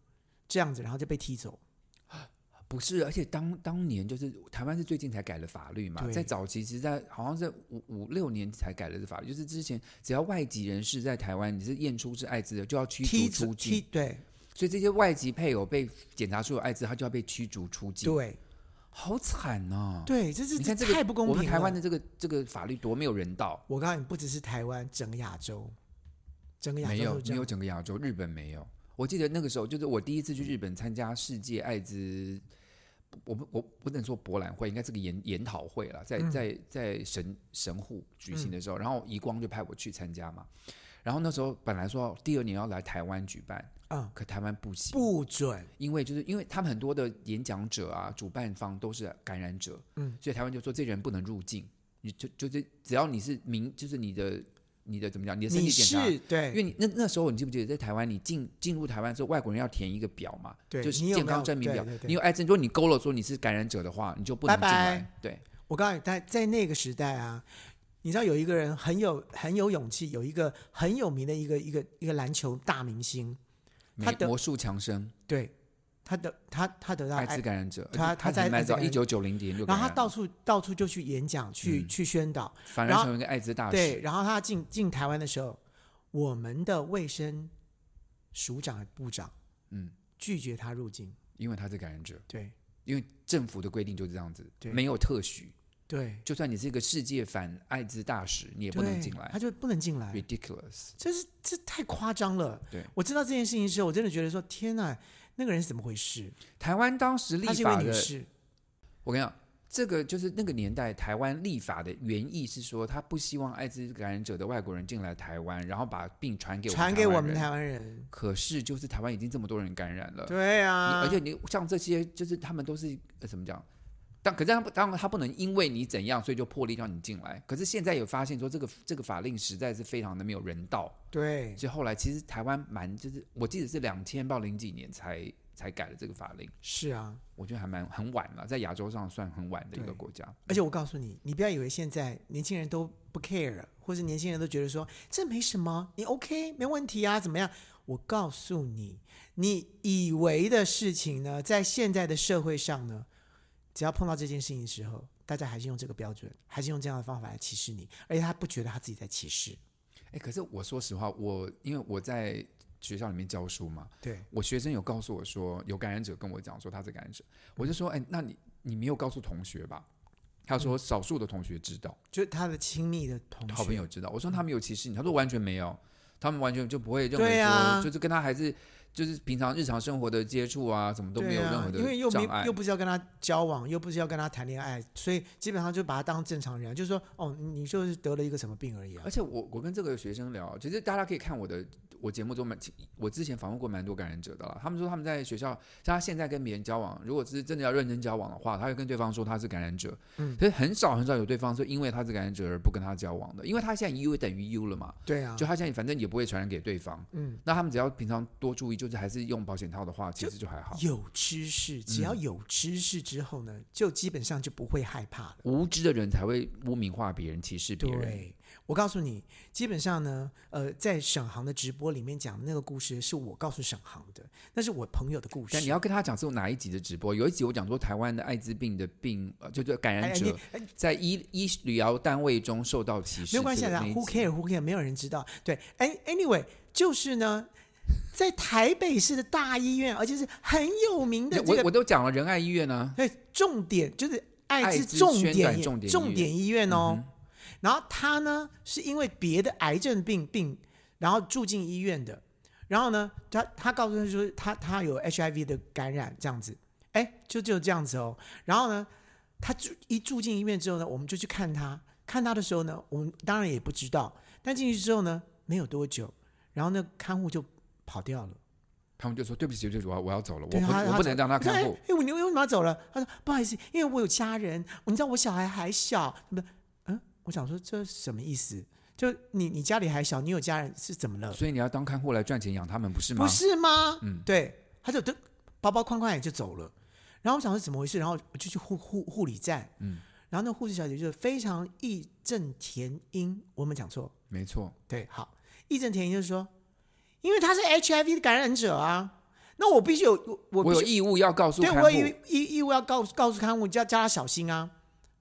[SPEAKER 1] 这样子，然后就被踢走。
[SPEAKER 2] 不是，而且当当年就是台湾是最近才改了法律嘛，
[SPEAKER 1] 对
[SPEAKER 2] 在早期其实在好像在五五六年才改了这法律，就是之前只要外籍人士在台湾你是验出是艾滋的，就要驱
[SPEAKER 1] 踢
[SPEAKER 2] 逐
[SPEAKER 1] 走
[SPEAKER 2] 出
[SPEAKER 1] 踢
[SPEAKER 2] 境，
[SPEAKER 1] 对
[SPEAKER 2] 所以这些外籍配偶被检查出有艾滋，他就要被驱逐出境，
[SPEAKER 1] 对
[SPEAKER 2] 好惨呐、
[SPEAKER 1] 对，这是
[SPEAKER 2] 啊你看这个
[SPEAKER 1] 太不公
[SPEAKER 2] 我
[SPEAKER 1] 平啊了。
[SPEAKER 2] 们台湾的这个这个法律多没有人道，
[SPEAKER 1] 我告诉你，不只是台湾，整个亚洲，整个亚
[SPEAKER 2] 没
[SPEAKER 1] 洲都
[SPEAKER 2] 有
[SPEAKER 1] 这
[SPEAKER 2] 没有
[SPEAKER 1] 样。
[SPEAKER 2] 整个亚洲，日本没有。我记得那个时候就是我第一次去日本参加世界艾滋，我不我不能说博览会，应该是个研研讨会了，
[SPEAKER 1] 嗯
[SPEAKER 2] 在在在神神户举行的时候，然后移光就派我去参加嘛。然后那时候本来说第二年要来台湾举办，
[SPEAKER 1] 嗯，
[SPEAKER 2] 可台湾不行，
[SPEAKER 1] 不准，
[SPEAKER 2] 因为就是因为他们很多的演讲者啊，主办方都是感染者，
[SPEAKER 1] 嗯，
[SPEAKER 2] 所以台湾就说这人不能入境，你就就是只要你是明，就是你的你的怎么讲，你的身
[SPEAKER 1] 你
[SPEAKER 2] 体检查，
[SPEAKER 1] 是
[SPEAKER 2] 因
[SPEAKER 1] 对
[SPEAKER 2] 为你那那时候你记不记得在台湾，你进进入台湾之后，外国人要填一个表嘛，
[SPEAKER 1] 对
[SPEAKER 2] 就是
[SPEAKER 1] 你有
[SPEAKER 2] 健
[SPEAKER 1] 没有
[SPEAKER 2] 康证明表，
[SPEAKER 1] 对对对
[SPEAKER 2] 你有癌症，如果你勾了说你是感染者的话，你就不能进
[SPEAKER 1] 拜
[SPEAKER 2] 来，
[SPEAKER 1] 拜
[SPEAKER 2] 对，
[SPEAKER 1] 我告诉你，在在那个时代啊，你知道有一个人很有很有勇气，有一个很有名的一个一个一个篮球大明星，他
[SPEAKER 2] 美
[SPEAKER 1] 得
[SPEAKER 2] 魔术强生，
[SPEAKER 1] 对他得他他得到
[SPEAKER 2] 艾
[SPEAKER 1] 癌
[SPEAKER 2] 滋感染者，
[SPEAKER 1] 他他在
[SPEAKER 2] 蛮
[SPEAKER 1] 艾滋
[SPEAKER 2] 早一
[SPEAKER 1] 感染
[SPEAKER 2] 九九零年就感
[SPEAKER 1] 然后
[SPEAKER 2] 染，
[SPEAKER 1] 他到处到处就去演讲，去、
[SPEAKER 2] 嗯
[SPEAKER 1] 去宣导。
[SPEAKER 2] 反
[SPEAKER 1] 然
[SPEAKER 2] 而
[SPEAKER 1] 后
[SPEAKER 2] 成为一个艾滋大使，
[SPEAKER 1] 对，然后他进进台湾的时候，我们的卫生署长部长
[SPEAKER 2] 嗯，
[SPEAKER 1] 拒绝他入境。
[SPEAKER 2] 因为他是感染者，
[SPEAKER 1] 对
[SPEAKER 2] 因为政府的规定就是这样子，
[SPEAKER 1] 对
[SPEAKER 2] 没有特许，
[SPEAKER 1] 对，
[SPEAKER 2] 就算你是一个世界反艾滋大使，你
[SPEAKER 1] 也
[SPEAKER 2] 也不能进来
[SPEAKER 1] 他就不能进来。
[SPEAKER 2] ，ridiculous，
[SPEAKER 1] 这是这太夸张了。
[SPEAKER 2] 对
[SPEAKER 1] 我知道这件事情之后，我真的觉得说，天哪，那个人是怎么回事？
[SPEAKER 2] 台湾当时立
[SPEAKER 1] 她是一位
[SPEAKER 2] 法
[SPEAKER 1] 女
[SPEAKER 2] 的
[SPEAKER 1] 士，
[SPEAKER 2] 我跟你讲，这个就是那个年代台湾立法的原意是说，他不希望艾滋感染者的外国人进来台湾，然后把病传给我们
[SPEAKER 1] 传给我们
[SPEAKER 2] 台湾人。
[SPEAKER 1] 台湾人。
[SPEAKER 2] 可是就是台湾已经这么多人感染了，
[SPEAKER 1] 对
[SPEAKER 2] 你
[SPEAKER 1] 啊，
[SPEAKER 2] 而且你像这些，就是他们都是、呃、怎么讲？但可是他不当然他不能因为你怎样，所以就破例让你进来。可是现在也发现说，这个这个法令实在是非常的没有人道。
[SPEAKER 1] 对
[SPEAKER 2] 所以后来其实台湾蛮就是，我记得是两千到零几年才才改了这个法令，
[SPEAKER 1] 是啊，
[SPEAKER 2] 我觉得还蛮很晚了，在亚洲上算很晚的一个
[SPEAKER 1] 对
[SPEAKER 2] 国家。
[SPEAKER 1] 而且我告诉你，你不要以为现在年轻人都不 care，了或是年轻人都觉得说这没什么，你 OK 没问题啊，怎么样？我告诉你，你以为的事情呢，在现在的社会上呢，只要碰到这件事情的时候，大家还是用这个标准，还是用这样的方法来歧视你，而且他不觉得他自己在歧视。
[SPEAKER 2] 哎，可是我说实话，我因为我在学校里面教书嘛，
[SPEAKER 1] 对，
[SPEAKER 2] 我学生有告诉我说，有感染者跟我讲说他是感染者，我就说，哎，那你你没有告诉同学吧？他说少数的同学知道，
[SPEAKER 1] 就是他的亲密的嗯同学嗯
[SPEAKER 2] 好朋友知道。我说他们有歧视你，他说完全没有，他们完全就不会认为
[SPEAKER 1] 对
[SPEAKER 2] 说，
[SPEAKER 1] 啊
[SPEAKER 2] 就是跟他还是就是平常日常生活的接触啊，什么都没有
[SPEAKER 1] 对
[SPEAKER 2] 任何
[SPEAKER 1] 啊、因为又
[SPEAKER 2] 的障
[SPEAKER 1] 没
[SPEAKER 2] 碍
[SPEAKER 1] 又。不是要跟他交往，又不是要跟他谈恋爱，所以基本上就把他当正常人，就是说，哦，你就是得了一个什么病而已啊
[SPEAKER 2] 而。且我我跟这个学生聊，其实大家可以看我的我节目中蛮，我之前访问过蛮多感染者的啦。他们说他们在学校，像他现在跟别人交往，如果是真的要认真交往的话，他会跟对方说他是感染者。
[SPEAKER 1] 嗯
[SPEAKER 2] 可是很少很少有对方说因为他是感染者而不跟他交往的，因为他现在 U 等于 U 了嘛，
[SPEAKER 1] 对啊，
[SPEAKER 2] 就他现在反正也不会传染给对方。
[SPEAKER 1] 嗯，
[SPEAKER 2] 那他们只要平常多注意，就是还是用保险套的话，其实就还好。嗯
[SPEAKER 1] 有知识，只要有知识之后呢，就基本上就不会害怕了。
[SPEAKER 2] 无知的人才会污名化别人、歧视别人。
[SPEAKER 1] 对，我告诉你，基本上呢，呃，在沈航的直播里面讲的那个故事，是我告诉沈航的，那是我朋友的故事。
[SPEAKER 2] 但你要跟他讲是哪一集的直播？有一集我讲说台湾的艾滋病的病，呃，就是感
[SPEAKER 1] 哎
[SPEAKER 2] 染
[SPEAKER 1] 哎
[SPEAKER 2] 者
[SPEAKER 1] 你哎
[SPEAKER 2] 在医医疗单位中受到歧视，
[SPEAKER 1] 没有关系
[SPEAKER 2] 这个
[SPEAKER 1] 啊
[SPEAKER 2] 那一集
[SPEAKER 1] ，Who care？Who care？没有人知道。对，哎，anyway，就是呢，在台北市的大医院，而且是很有名的这
[SPEAKER 2] 我
[SPEAKER 1] 个，
[SPEAKER 2] 我都讲了仁爱医院啊，
[SPEAKER 1] 对，重点就是艾
[SPEAKER 2] 艾
[SPEAKER 1] 滋
[SPEAKER 2] 滋
[SPEAKER 1] 重
[SPEAKER 2] 宣
[SPEAKER 1] 点
[SPEAKER 2] 传
[SPEAKER 1] 医
[SPEAKER 2] 重点医
[SPEAKER 1] 重
[SPEAKER 2] 院嗯
[SPEAKER 1] 点医院哦。然后他呢，是因为别的癌症病病，然后住进医院的。然后呢，他他告诉他说他他有 HIV 的感染这样子，哎，就就这样子哦。然后呢，他住一住进医院之后呢，我们就去看他。看他的时候呢，我们当然也不知道。但进去之后呢，没有多久，然后那看护就跑掉了。
[SPEAKER 2] 他们就说对不起，对不起，我要我要走了，我
[SPEAKER 1] 对
[SPEAKER 2] 不
[SPEAKER 1] 他
[SPEAKER 2] 我不能让他
[SPEAKER 1] 我说
[SPEAKER 2] 看
[SPEAKER 1] 哎
[SPEAKER 2] 护。
[SPEAKER 1] 哎，我你为什么要走了？他说不好意思，因为我有家人，你知道我小孩还小，什么？嗯，我想说这什么意思？就你你家里还小，你有家人是怎么了？
[SPEAKER 2] 所以你要当看护来赚钱养他们，不是吗？
[SPEAKER 1] 不是吗？
[SPEAKER 2] 嗯
[SPEAKER 1] 对，他就就包包框框也就走了。然后我想说怎么回事，然后我就去护护护理站，
[SPEAKER 2] 嗯，
[SPEAKER 1] 然后那护士小姐就是非常义正填膺，我没讲错，
[SPEAKER 2] 没错，
[SPEAKER 1] 对，好，义正填膺就是说，因为他是 HIV 的感染者啊，那我必须有我我
[SPEAKER 2] 我
[SPEAKER 1] 必须
[SPEAKER 2] 有义务要告诉
[SPEAKER 1] 对
[SPEAKER 2] 看
[SPEAKER 1] 我
[SPEAKER 2] 护。
[SPEAKER 1] 义义义务要告诉告诉看护，叫叫他小心啊，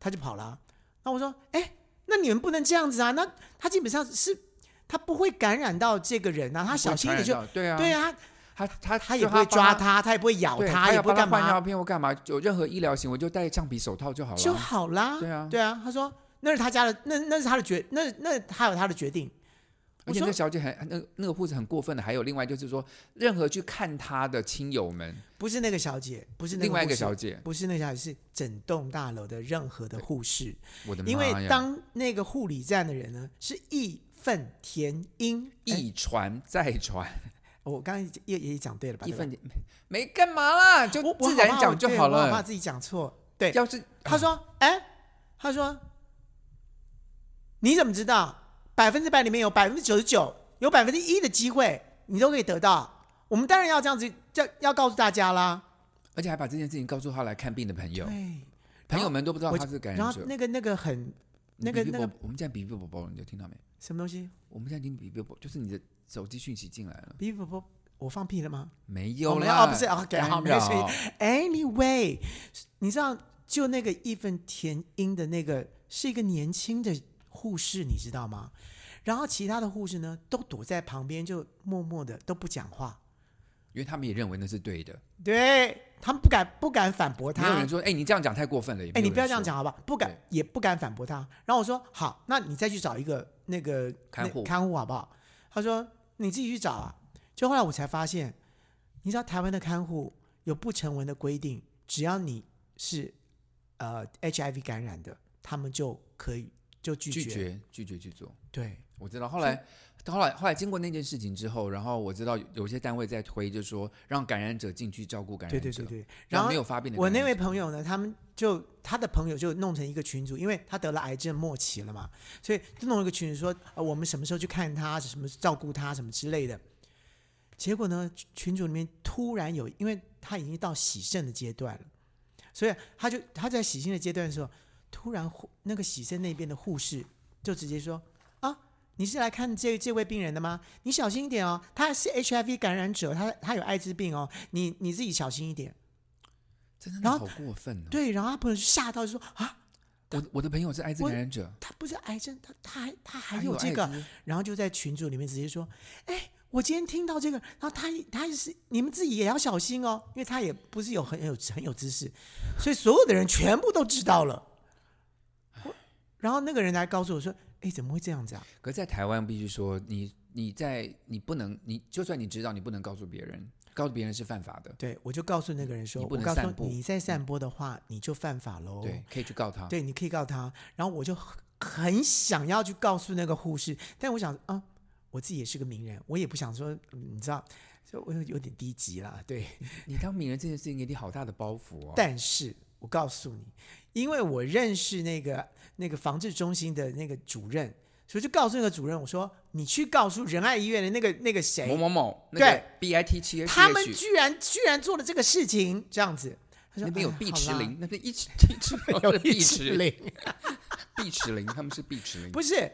[SPEAKER 1] 他就跑了啊、那我说，哎，那你们不能这样子啊，那他基本上是他不会感染到这个人啊，他小心一点就
[SPEAKER 2] 不。会传染到对
[SPEAKER 1] 对
[SPEAKER 2] 啊，
[SPEAKER 1] 啊，
[SPEAKER 2] 他他
[SPEAKER 1] 他
[SPEAKER 2] 他
[SPEAKER 1] 也不会抓
[SPEAKER 2] 他
[SPEAKER 1] 他，他也不会咬
[SPEAKER 2] 对
[SPEAKER 1] 他，也
[SPEAKER 2] 要
[SPEAKER 1] 不会
[SPEAKER 2] 帮他
[SPEAKER 1] 干
[SPEAKER 2] 换
[SPEAKER 1] 嘛
[SPEAKER 2] 药，片或干嘛，有任何医疗行为就戴橡皮手套就好了啊。
[SPEAKER 1] 就好啦。
[SPEAKER 2] 对啊
[SPEAKER 1] 对啊。他说那是他家的，那那是他的决，那那他有他的决定。
[SPEAKER 2] 而
[SPEAKER 1] 我
[SPEAKER 2] 且
[SPEAKER 1] 说
[SPEAKER 2] 那小姐很那那个护士很过分的，还有另外就是说，任何去看她的亲友们，
[SPEAKER 1] 不是那个小姐，不是那
[SPEAKER 2] 另外一
[SPEAKER 1] 护
[SPEAKER 2] 个
[SPEAKER 1] 士
[SPEAKER 2] 小，姐，
[SPEAKER 1] 不是那个小姐，是整栋大楼的任何的护士。
[SPEAKER 2] 我的妈呀！
[SPEAKER 1] 因为当那个护理站的人呢，是义愤填膺，哎
[SPEAKER 2] 一传再传，
[SPEAKER 1] 哦我刚刚也也讲对了吧？
[SPEAKER 2] 一
[SPEAKER 1] 对吧
[SPEAKER 2] 分钱没没干嘛啦，就
[SPEAKER 1] 我我
[SPEAKER 2] 自然
[SPEAKER 1] 怕
[SPEAKER 2] 讲
[SPEAKER 1] 我
[SPEAKER 2] 就
[SPEAKER 1] 对
[SPEAKER 2] 好
[SPEAKER 1] 我
[SPEAKER 2] 了。
[SPEAKER 1] 怕自己讲错。对，
[SPEAKER 2] 要是啊
[SPEAKER 1] 他说：“哎、他说你怎么知道？百分之百里面有百分之九十九，有百分之一的机会，你都可以得到。我们当然要这样子，要要告诉大家啦。
[SPEAKER 2] 而且还把这件事情告诉他来看病的朋友，
[SPEAKER 1] 对，
[SPEAKER 2] 朋友们都不知道
[SPEAKER 1] 我
[SPEAKER 2] 他是感
[SPEAKER 1] 然
[SPEAKER 2] 染
[SPEAKER 1] 后
[SPEAKER 2] 者。
[SPEAKER 1] 那个那个很那个
[SPEAKER 2] 你比
[SPEAKER 1] 那
[SPEAKER 2] 比
[SPEAKER 1] 个
[SPEAKER 2] 啵我们现在比比啵啵，你有听到没？
[SPEAKER 1] 什么东西，
[SPEAKER 2] 我们现在已经比比啵，就是你的手机讯息进来了，
[SPEAKER 1] 比比不我放屁了吗？
[SPEAKER 2] 没
[SPEAKER 1] 我
[SPEAKER 2] 有
[SPEAKER 1] 们
[SPEAKER 2] 啦？
[SPEAKER 1] 哦不是，OK，好没事
[SPEAKER 2] 干扰
[SPEAKER 1] *laughs* Anyway，你知道，就那个义愤填膺的那个是一个年轻的护士，你知道吗？然后其他的护士呢，都躲在旁边，就默默的都不讲话。
[SPEAKER 2] 因为他们也认为那是对的。
[SPEAKER 1] 对他们不敢不敢反驳
[SPEAKER 2] 没有
[SPEAKER 1] 他
[SPEAKER 2] 人。说，哎，你这样讲太过分了。也
[SPEAKER 1] 哎，
[SPEAKER 2] 没有
[SPEAKER 1] 你不要
[SPEAKER 2] 人
[SPEAKER 1] 这样
[SPEAKER 2] 说，
[SPEAKER 1] 讲好不好？不敢
[SPEAKER 2] 对
[SPEAKER 1] 也不敢反驳他。然后我说好，那你再去找一个那个
[SPEAKER 2] 看
[SPEAKER 1] 那
[SPEAKER 2] 护
[SPEAKER 1] 看护好不好？他说你自己去找啊。就后来我才发现，你知道台湾的看护有不成文的规定，只要你是呃 HIV 感染的，他们就可以就拒
[SPEAKER 2] 拒绝拒绝去做。
[SPEAKER 1] 对，
[SPEAKER 2] 我知道，后来后来后来经过那件事情之后，然后我知道有有些单位在推，就是说让感染者进去照顾感染
[SPEAKER 1] 对
[SPEAKER 2] 者，
[SPEAKER 1] 对对对。然
[SPEAKER 2] 然后
[SPEAKER 1] 后
[SPEAKER 2] 没有发病的。
[SPEAKER 1] 我那位朋，友呢，他们就他的朋友就弄成一个群组，因为他得了癌症末期了嘛，所以就弄一个群组说，呃，我们什么时候去看他，什么时候照顾他，什么之类的。结果呢，群群组里面突然有，因为他已经到洗肾的阶段了，所以他就他在洗肾的阶段的时候，突然护那个洗肾那边的护士就直接说：“啊，你是来看这这位病人的吗？你小心一点哦，他是 HIV 感染者，他他有艾滋病哦，你你自己小心一点。”
[SPEAKER 2] 真的
[SPEAKER 1] 然后
[SPEAKER 2] 好过分哦！
[SPEAKER 1] 对，然后他朋友就吓到，就说啊，
[SPEAKER 2] 我我的朋友是艾滋
[SPEAKER 1] 我
[SPEAKER 2] 感染者，
[SPEAKER 1] 他不是癌症，他他还他还
[SPEAKER 2] 还
[SPEAKER 1] 有这
[SPEAKER 2] 艾
[SPEAKER 1] 个，
[SPEAKER 2] 滋
[SPEAKER 1] 然后就在群组里面直接说，哎，我今天听到这个，然后他他也是你们自己也要小心哦，因为他也不是有很有很有知识，所以所有的人全部都知道了。我然后那个人来告诉我说，哎，怎么会这样子啊？
[SPEAKER 2] 可在台湾必须说，你你在你不能，你就算你知道，你不能告诉别人，告诉别人是犯法的。
[SPEAKER 1] 对，我就告诉那个人说，
[SPEAKER 2] 你不
[SPEAKER 1] 我
[SPEAKER 2] 能
[SPEAKER 1] 告
[SPEAKER 2] 散
[SPEAKER 1] 诉
[SPEAKER 2] 步
[SPEAKER 1] 你再散播的话，你就犯法喽。
[SPEAKER 2] 对，可以去告他。
[SPEAKER 1] 哦对，你可以告他。然后我就很很想要去告诉那个护士，但我想啊、我自己也是个名人，我也不想说，嗯你知道，就我有有点低级啦。对，
[SPEAKER 2] 你当名人这件事情给你好大的包袱哦。
[SPEAKER 1] 但是我告诉你，因为我认识那个那个防治中心的那个主任，所以就告诉那个主任，我说你去告诉仁爱医院的那个那个谁，
[SPEAKER 2] 某某某，那
[SPEAKER 1] 对
[SPEAKER 2] 个 B I T 七 H，
[SPEAKER 1] 他们居然居然做了这个事情，这样子。他说
[SPEAKER 2] 那边有
[SPEAKER 1] 哎
[SPEAKER 2] 碧
[SPEAKER 1] 好
[SPEAKER 2] 池
[SPEAKER 1] 啦 *laughs*
[SPEAKER 2] 林，那边一池一池
[SPEAKER 1] 有
[SPEAKER 2] 是
[SPEAKER 1] 碧
[SPEAKER 2] 碧
[SPEAKER 1] 池
[SPEAKER 2] 池
[SPEAKER 1] 林，
[SPEAKER 2] 碧池林，他们是碧池林，
[SPEAKER 1] 不是，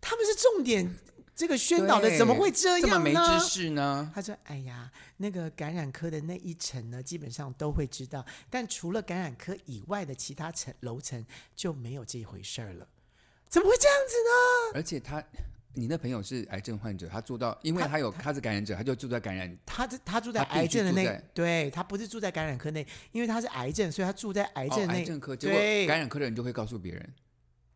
[SPEAKER 1] 他们是重点这个宣导的，
[SPEAKER 2] 对
[SPEAKER 1] 怎么会这
[SPEAKER 2] 这么
[SPEAKER 1] 样
[SPEAKER 2] 没
[SPEAKER 1] 呢
[SPEAKER 2] 知？识呢？
[SPEAKER 1] 他说：“哎呀，那个感染科的那一层呢，基本上都会知道，但除了感染科以外的其他层楼层就没有这回事儿了。怎么会这样子呢？
[SPEAKER 2] 而且他，你那朋友是癌症患者，他住到，因为他有他是感染者，他就住在感染，
[SPEAKER 1] 他这他住在
[SPEAKER 2] 他必须
[SPEAKER 1] 癌症的
[SPEAKER 2] 住
[SPEAKER 1] 那，
[SPEAKER 2] 在
[SPEAKER 1] 对他不是住在感染科内，因为他是癌症，所以他住在癌症
[SPEAKER 2] 哦、
[SPEAKER 1] 内。
[SPEAKER 2] 癌症科，结果
[SPEAKER 1] 对，
[SPEAKER 2] 感染科的人就会告诉别人，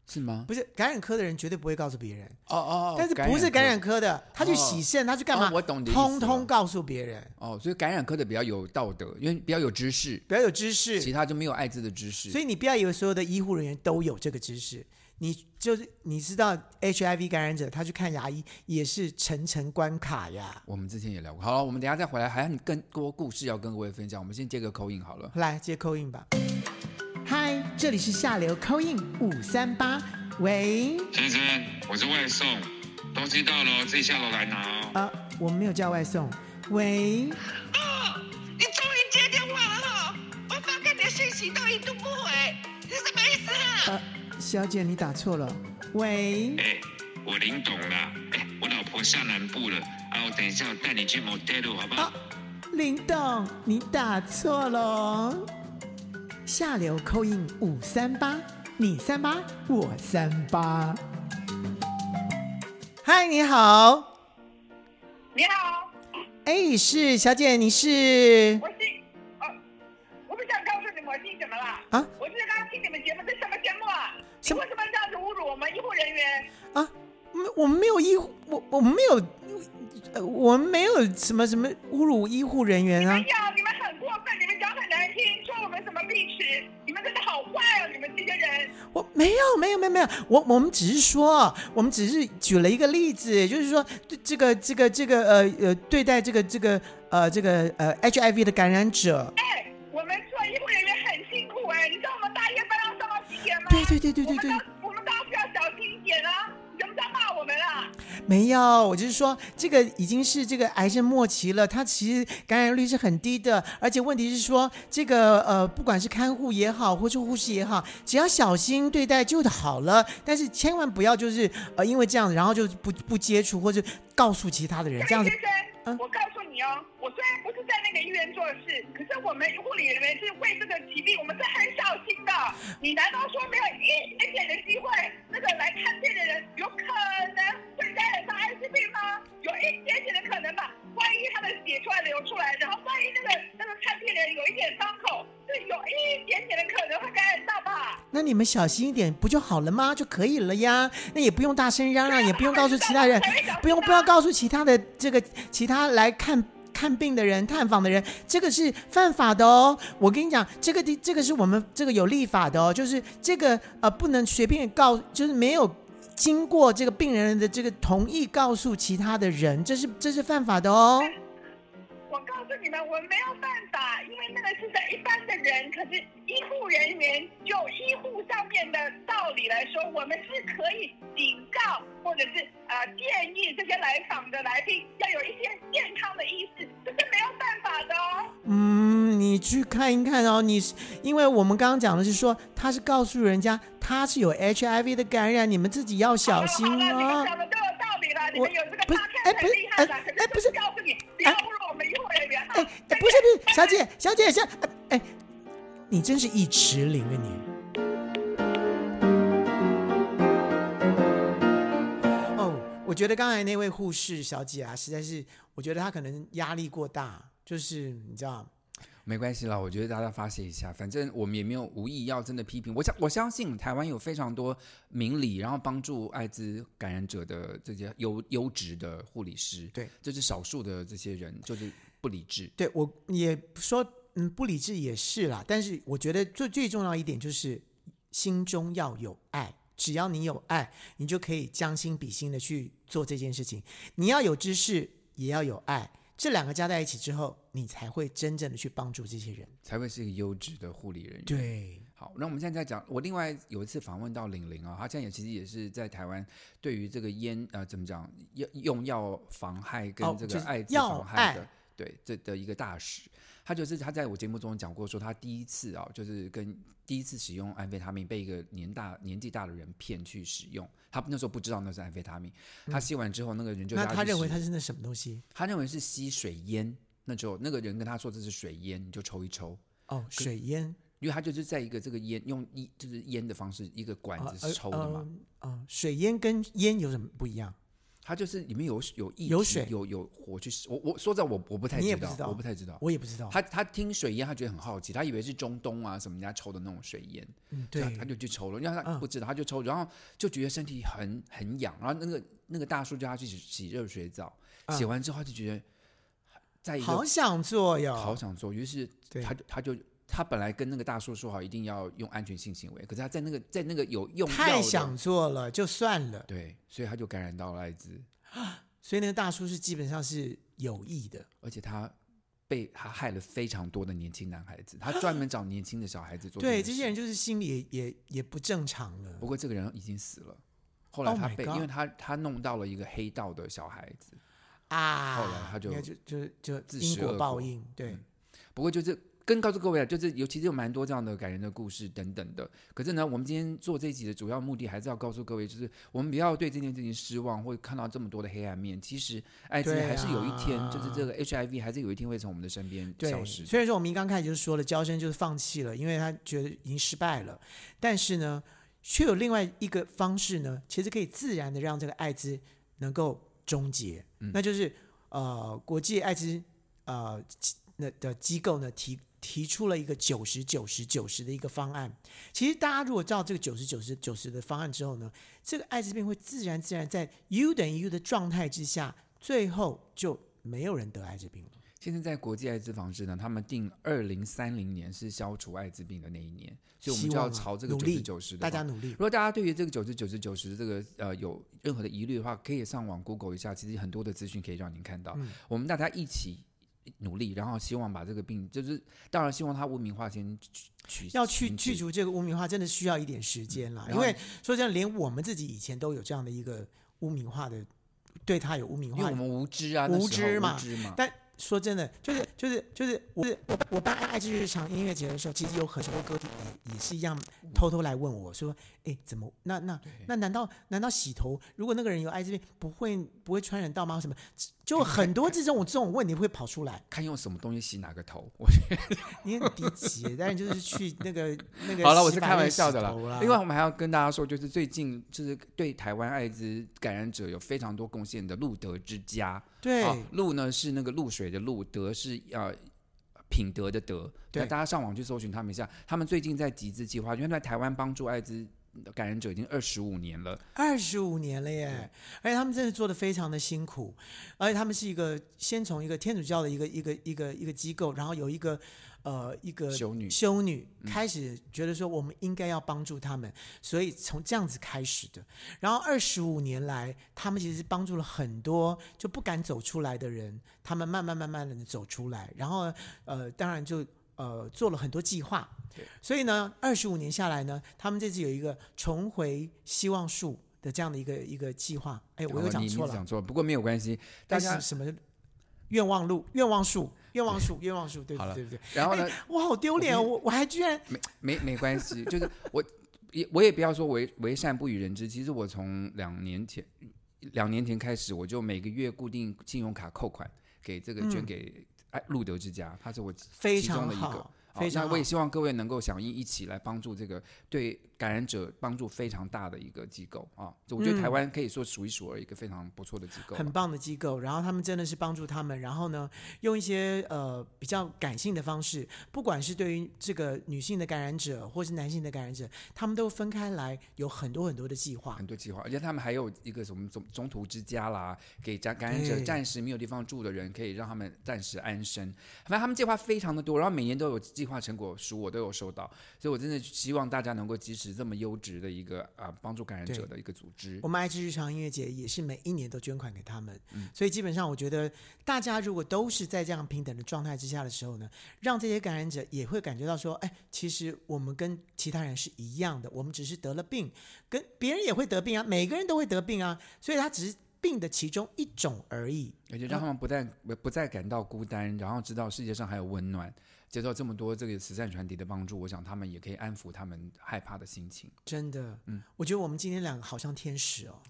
[SPEAKER 2] 是吗？
[SPEAKER 1] 不是感染科的人绝对不会告诉别人，
[SPEAKER 2] 哦哦，哦
[SPEAKER 1] 但是不是感
[SPEAKER 2] 科哦
[SPEAKER 1] 染科的，他去洗肾，他去干嘛？
[SPEAKER 2] 哦我懂你的意思了
[SPEAKER 1] 通通告诉别人，
[SPEAKER 2] 哦，所以感染科的比较有道德，因为比较有知识，
[SPEAKER 1] 不要有知识。
[SPEAKER 2] 其他就没有艾滋的知识。
[SPEAKER 1] 所以你不要以为所有的医护人员都有这个知识，你就是你知道 HIV 感染者他去看牙医也是层层关卡呀。
[SPEAKER 2] 我们之前也聊过，好了，我们等一下再回来，还有更多故事要跟各位分享。我们先接个口音好了。
[SPEAKER 1] 来接扣印吧。嗨，这里是下流扣印五三八，喂，
[SPEAKER 3] 先生，我是外送，东西到了哦自己下楼来拿哦。
[SPEAKER 1] 呃，我们没有叫外送，喂，
[SPEAKER 4] 哦，你终于接电话了哈、我发给你的信息都一度不回，是什么意思啊？
[SPEAKER 1] 呃，小姐你打错了，喂，
[SPEAKER 3] 哎、我林董啦，哎、我老婆下南部了，啊，我等一下我带你去 motel 好不好？
[SPEAKER 1] 啊林董你打错了哦，下流扣印五三八，你三八我三八。嗨，你好。
[SPEAKER 4] 你好，
[SPEAKER 1] 哎，是小姐，你是
[SPEAKER 4] 我是哦，我不想告诉你们我姓什么了
[SPEAKER 1] 啊
[SPEAKER 4] 我是刚听你们节目，这什么节目啊？你
[SPEAKER 1] 什么
[SPEAKER 4] 为什么这样子侮辱我们医护人员？
[SPEAKER 1] 啊？没我们没有医护，我我们没有，呃，我们没有什么什么侮辱医护人员
[SPEAKER 4] 哎
[SPEAKER 1] 啊。
[SPEAKER 4] 呀，你们啊很过分，你们讲很难听，说我们什么碧池，你们真的好坏哦，你们这些人。
[SPEAKER 1] 我没有，没有，没有，没有。我我们只是说，我们只是举了一个例子，就是说，对这个这个这个呃呃，对待这个这个呃这个呃 HIV 的感染者，
[SPEAKER 5] 我们做医护人员很辛苦
[SPEAKER 4] 啊
[SPEAKER 5] 哎、你知道我们大夜班要上到几点吗？
[SPEAKER 1] 对对对对对对，
[SPEAKER 5] 我们当时要小心一点啊！你怎么在骂我们啊？
[SPEAKER 1] 没有，我就是说，这个已经是这个癌症末期了，它其实感染率是很低的，而且问题是说，这个呃，不管是看护也好，或是护士也好，只要小心对待就好了。但是千万不要就是呃，因为这样子，然后就不不接触或者告诉其他的人，这样子嗯
[SPEAKER 5] 哎先生，我告诉你哦，我虽然不是在那个医院做事，可是我们护理人员是为这个疾病，我们是很小心的。你难道说没有一一点的机会，那个来看病的人有可能会感染上艾滋病吗？有一点点的可能吧。万一他的血突然流出来，然后万一那个那个看病的人有一点伤口，是有一点点的可能会感染到吧？
[SPEAKER 1] 那你们小心一点不就好了吗？就可以了呀。那也不用大声嚷嚷，也不用告诉其他人，不用不要告诉其他的这个其他来看看病的人、探访的人，这个是犯法的哦。我跟你讲，这个地这个是我们这个有立法的哦，就是这个呃不能随便告，就是没有。经过这个病人的这个同意，告诉其他的人，这是这是犯法的哦。
[SPEAKER 5] 我告诉你们，我们没有办法，因为呃那个是在一般的人，可是医护人员就医护上面的道理来说，我们是可以警告或者是呃建议这些来访的来宾要有一些健康的意识，这是没有办法的哦。
[SPEAKER 1] 嗯，你去看一看哦。你是因为我们刚刚讲的是说，他是告诉人家他是有 HIV 的感染，你们自己要小心
[SPEAKER 5] 好了好了，你
[SPEAKER 1] 哦
[SPEAKER 5] 们。讲的都有道理了，你们有这个
[SPEAKER 1] 不是
[SPEAKER 5] 大
[SPEAKER 1] 哎
[SPEAKER 5] 看
[SPEAKER 1] 不
[SPEAKER 5] 很
[SPEAKER 1] 是
[SPEAKER 5] 厉害了
[SPEAKER 1] 哎，
[SPEAKER 5] 可
[SPEAKER 1] 哎
[SPEAKER 5] 是
[SPEAKER 1] 不是
[SPEAKER 5] 告诉你不要侮辱我们医护人员哈
[SPEAKER 1] 哎。哎，不是不是，小姐小姐小哎哎，你真是一池灵啊你。哦，我觉得刚才那位护士小姐啊，实在是，我觉得她可能压力过大，就是你知道，
[SPEAKER 2] 没关系啦，我觉得大家发泄一下，反正我们也没有无意要真的批评。我相我相信台湾有非常多明理，然后帮助艾滋感染者的这些优优质的护理师，
[SPEAKER 1] 对，
[SPEAKER 2] 就是少数的这些人就是不理智。
[SPEAKER 1] 对我也说，嗯，不理智也是啦。但是我觉得最最重要一点就是心中要有爱。只要你有爱，你就可以将心比心的去做这件事情。你要有知识，也要有爱，这两个加在一起之后，你才会真正的去帮助这些人。
[SPEAKER 2] 才会是一个优质的护理人员。，
[SPEAKER 1] 对，
[SPEAKER 2] 好，那我们现在在讲，我另外有一次访问到玲玲啊，她现在也其实也是在台湾对于这个烟呃怎么讲，用用药妨害
[SPEAKER 1] 哦
[SPEAKER 2] 跟这
[SPEAKER 1] 就
[SPEAKER 2] 个
[SPEAKER 1] 是
[SPEAKER 2] 艾滋
[SPEAKER 1] 药
[SPEAKER 2] 妨害
[SPEAKER 1] 爱
[SPEAKER 2] 的。对，这的一个大使，她就是她在我节目中讲过，说她第一次啊，就是跟第一次使用安非他命，被一个年大年纪大的人骗去使用，她那时候不知道那是安非他命，她吸完之后，那个人就
[SPEAKER 1] 嗯那
[SPEAKER 2] 叫
[SPEAKER 1] 他
[SPEAKER 2] 去
[SPEAKER 1] 认为
[SPEAKER 2] 使
[SPEAKER 1] 他是那什么东西？
[SPEAKER 2] 她认为是吸水烟，那时候那个人跟她说这是水烟，你就抽一抽，
[SPEAKER 1] 哦，水烟
[SPEAKER 2] 因为他就是在一个这个烟用一就是烟的方式，一个管
[SPEAKER 1] 啊，
[SPEAKER 2] 子是抽的嘛，
[SPEAKER 1] 呃呃呃水烟跟烟有什么不一样？
[SPEAKER 2] 它就是里面有有液体
[SPEAKER 1] 有水
[SPEAKER 2] 有有火去吸。我我说真的我我不太
[SPEAKER 1] 你也
[SPEAKER 2] 知
[SPEAKER 1] 不
[SPEAKER 2] 道，
[SPEAKER 1] 知道
[SPEAKER 2] 我不太知道。
[SPEAKER 1] 我也不知道。
[SPEAKER 2] 他他听水烟，他觉得很好奇，他以为是中东啊什么人家抽的那种水烟，
[SPEAKER 1] 嗯
[SPEAKER 2] 所
[SPEAKER 1] 对
[SPEAKER 2] 以他他就去抽了，因为他
[SPEAKER 1] 嗯
[SPEAKER 2] 不知道，他就抽，然后就觉得身体很很痒，然后那个那个大叔叫他去洗洗热水澡，
[SPEAKER 1] 嗯
[SPEAKER 2] 洗完之后他就觉得在一个
[SPEAKER 1] 好想做哟，
[SPEAKER 2] 好想做，于是
[SPEAKER 1] 啊对
[SPEAKER 2] 他就他就他本来跟那个大叔说好一定要用安全性行为，可是他在那个在那个有用药
[SPEAKER 1] 太
[SPEAKER 2] 的
[SPEAKER 1] 想做了，就算了。
[SPEAKER 2] 对，所以他就感染到了艾滋，
[SPEAKER 1] 所以那个大叔是基本上是有意的，
[SPEAKER 2] 而且他被他害了非常多的年轻男孩子，他专门找年轻的小孩子做。
[SPEAKER 1] 对，这些人。就是心理也也也不正常了
[SPEAKER 2] 不。过这个人已经死了，后来
[SPEAKER 1] Oh
[SPEAKER 2] 他
[SPEAKER 1] my
[SPEAKER 2] 被，
[SPEAKER 1] God
[SPEAKER 2] 因为他他弄到了一个黑道的小孩子。
[SPEAKER 1] 啊，
[SPEAKER 2] 后来他就
[SPEAKER 1] 应该就就就
[SPEAKER 2] 自
[SPEAKER 1] 因
[SPEAKER 2] 食
[SPEAKER 1] 果
[SPEAKER 2] 恶果嗯
[SPEAKER 1] 报应，对，
[SPEAKER 2] 不过就是跟告诉各位啊，就是尤其是有蛮多这样的感人的故事等等的。可是呢，我们今天做这一集的主要目的还是要告诉各位，就是我们不要对这件事情失望，或看到这么多的黑暗面。其实艾滋
[SPEAKER 1] 对啊
[SPEAKER 2] 还是有一天，就是这个 HIV 还是有一天会从我们的身边消
[SPEAKER 1] 对，
[SPEAKER 2] 失。
[SPEAKER 1] 虽然说我们一刚开始就说了，娇生就是放弃了，因为他觉得已经失败了，但是呢，却有另外一个方式呢，其实可以自然的让这个艾滋能够终结，
[SPEAKER 2] 嗯
[SPEAKER 1] 那就是呃，国际艾滋呃机那的机构呢提提出了一个九十九十九十的一个方案。其实大家如果照这个九十九十九十的方案之后呢，这个艾滋病会自然自然在 U 等于 U 的状态之下，最后就没有人得艾滋病了。
[SPEAKER 2] 现在在国际艾滋防治呢，他们定二零三零年是消除艾滋病的那一年，所以我们
[SPEAKER 1] 希
[SPEAKER 2] 就要
[SPEAKER 1] 望啊
[SPEAKER 2] 朝这个
[SPEAKER 1] 努
[SPEAKER 2] 九十
[SPEAKER 1] 力
[SPEAKER 2] 九十的
[SPEAKER 1] 大
[SPEAKER 2] 方
[SPEAKER 1] 家努力
[SPEAKER 2] 如。果大家对于这个九十九十九十这个呃有任何的疑虑的话，可以上网 Google 一下，其实很多的资讯可以让您看到。我们大家一起努力，然后希望把这个病，就是当然希望它污名化先取取
[SPEAKER 1] 要去
[SPEAKER 2] 停止
[SPEAKER 1] 去除这个污名化，真的需要一点时间啦。
[SPEAKER 2] 然
[SPEAKER 1] 因
[SPEAKER 2] 后
[SPEAKER 1] 为说真的，连我们自己以前都有这样的一个污名化的，对他有污名
[SPEAKER 2] 因为
[SPEAKER 1] 化
[SPEAKER 2] 我。们无知啊，那
[SPEAKER 1] 无
[SPEAKER 2] 时候
[SPEAKER 1] 知嘛
[SPEAKER 2] 无知嘛。
[SPEAKER 1] 但说真的，就是就是就是我我我办爱之日常音乐节的时候，其实有很多歌手也也是一样，偷偷来问我说：“哎，怎么那那那难道难道洗头，如果那个人有艾滋病，不会不会传染到吗？什么？就很多这种这种问题会跑出来。
[SPEAKER 2] 看用什么东西洗哪个头，我
[SPEAKER 1] 你很低级，但是就是去那
[SPEAKER 2] *laughs*
[SPEAKER 1] 个那个
[SPEAKER 2] 好了，我
[SPEAKER 1] 洗
[SPEAKER 2] 是
[SPEAKER 1] 发
[SPEAKER 2] 开
[SPEAKER 1] 院
[SPEAKER 2] 玩
[SPEAKER 1] 洗
[SPEAKER 2] 笑的啦
[SPEAKER 1] 头啦。
[SPEAKER 2] 另外，我们还要跟大家说，就是最近就是对台湾艾滋感染者有非常多贡献的路德之家。
[SPEAKER 1] 对
[SPEAKER 2] 啊路呢是那个露水的露，德是呃。品德的德，
[SPEAKER 1] 对
[SPEAKER 2] 那大家上网去搜寻他们一下，他们最近在集资计划，因为在台湾帮助艾滋感染者已经二十五年了，
[SPEAKER 1] 二十五年了耶！而且他们真的做的非常的辛苦，而且他们是一个先从一个天主教的一个一个一个一个机构，然后有一个呃一个
[SPEAKER 2] 修女嗯
[SPEAKER 1] 修女开始觉得说我们应该要帮助他们，所以从这样子开始的。然后二十五年来，他们其实是帮助了很多就不敢走出来的人，他们慢慢慢慢的走出来，然后呃，当然就呃做了很多计划。所以呢，二十五年下来呢，他们这次有一个重回希望树的这样的一个一个计划。哎，我又
[SPEAKER 2] 哦
[SPEAKER 1] 讲
[SPEAKER 2] 你
[SPEAKER 1] 错
[SPEAKER 2] 你
[SPEAKER 1] 了
[SPEAKER 2] 讲，错了，不过没有关系，大
[SPEAKER 1] 但
[SPEAKER 2] 家
[SPEAKER 1] 是什么愿望路、愿望树、愿望树、愿望树，对
[SPEAKER 2] 好了
[SPEAKER 1] 对对对。
[SPEAKER 2] 然后呢
[SPEAKER 1] 哎，我好丢脸哦，我我还居然
[SPEAKER 2] 没没没关系，就是我也我也不要说为为善不与人知。其实我从两年前两年前开始，我就每个月固定信用卡扣款给这个
[SPEAKER 1] 嗯
[SPEAKER 2] 捐给哎路德之家，他是我
[SPEAKER 1] 非
[SPEAKER 2] 其中
[SPEAKER 1] 常
[SPEAKER 2] 的一个
[SPEAKER 1] 好。非常
[SPEAKER 2] 好哦那
[SPEAKER 1] 好
[SPEAKER 2] 我也希望各位能够响应，一起来帮助这个对感染者帮助非常大的一个机构啊！就我觉得台湾可以说数一数二一个非常不错的机构
[SPEAKER 1] 嗯很
[SPEAKER 2] 了。
[SPEAKER 1] 棒的机构，然后他们真的是帮助他们，然后呢，用一些呃比较感性的方式，不管是对于这个女性的感染者或是男性的感染者，他们都分开来，有很多很多的计划
[SPEAKER 2] 很。多计划，而且他们还有一个什么中中途之家啦，给感感染者
[SPEAKER 1] 对
[SPEAKER 2] 暂时没有地方住的人，可以让他们暂时安身。反正他们计划非常的多，然后每年都有计划成果书，我都有收到，所以我真的希望大家能够支持这么优质的一个啊、帮助感染者
[SPEAKER 1] 对
[SPEAKER 2] 的一个组织
[SPEAKER 1] 我。们爱之日常音乐节也是每一年都捐款给他们，所以基本上我觉得大家如果都是在这样平等的状态之下的时候呢，让这些感染者也会感觉到说，哎，其实我们跟其他人是一样的，我们只是得了病，跟别人也会得病啊，每个人都会得病啊，所以他只是病的其中一种而已。
[SPEAKER 2] 而且让他们不但不不再感到孤单，然后知道世界上还有温暖，接受这么多这个慈善传递的帮助，我想他们也可以安抚他们害怕的心情。
[SPEAKER 1] 真的，嗯，我觉得我们今天两个好像天使哦，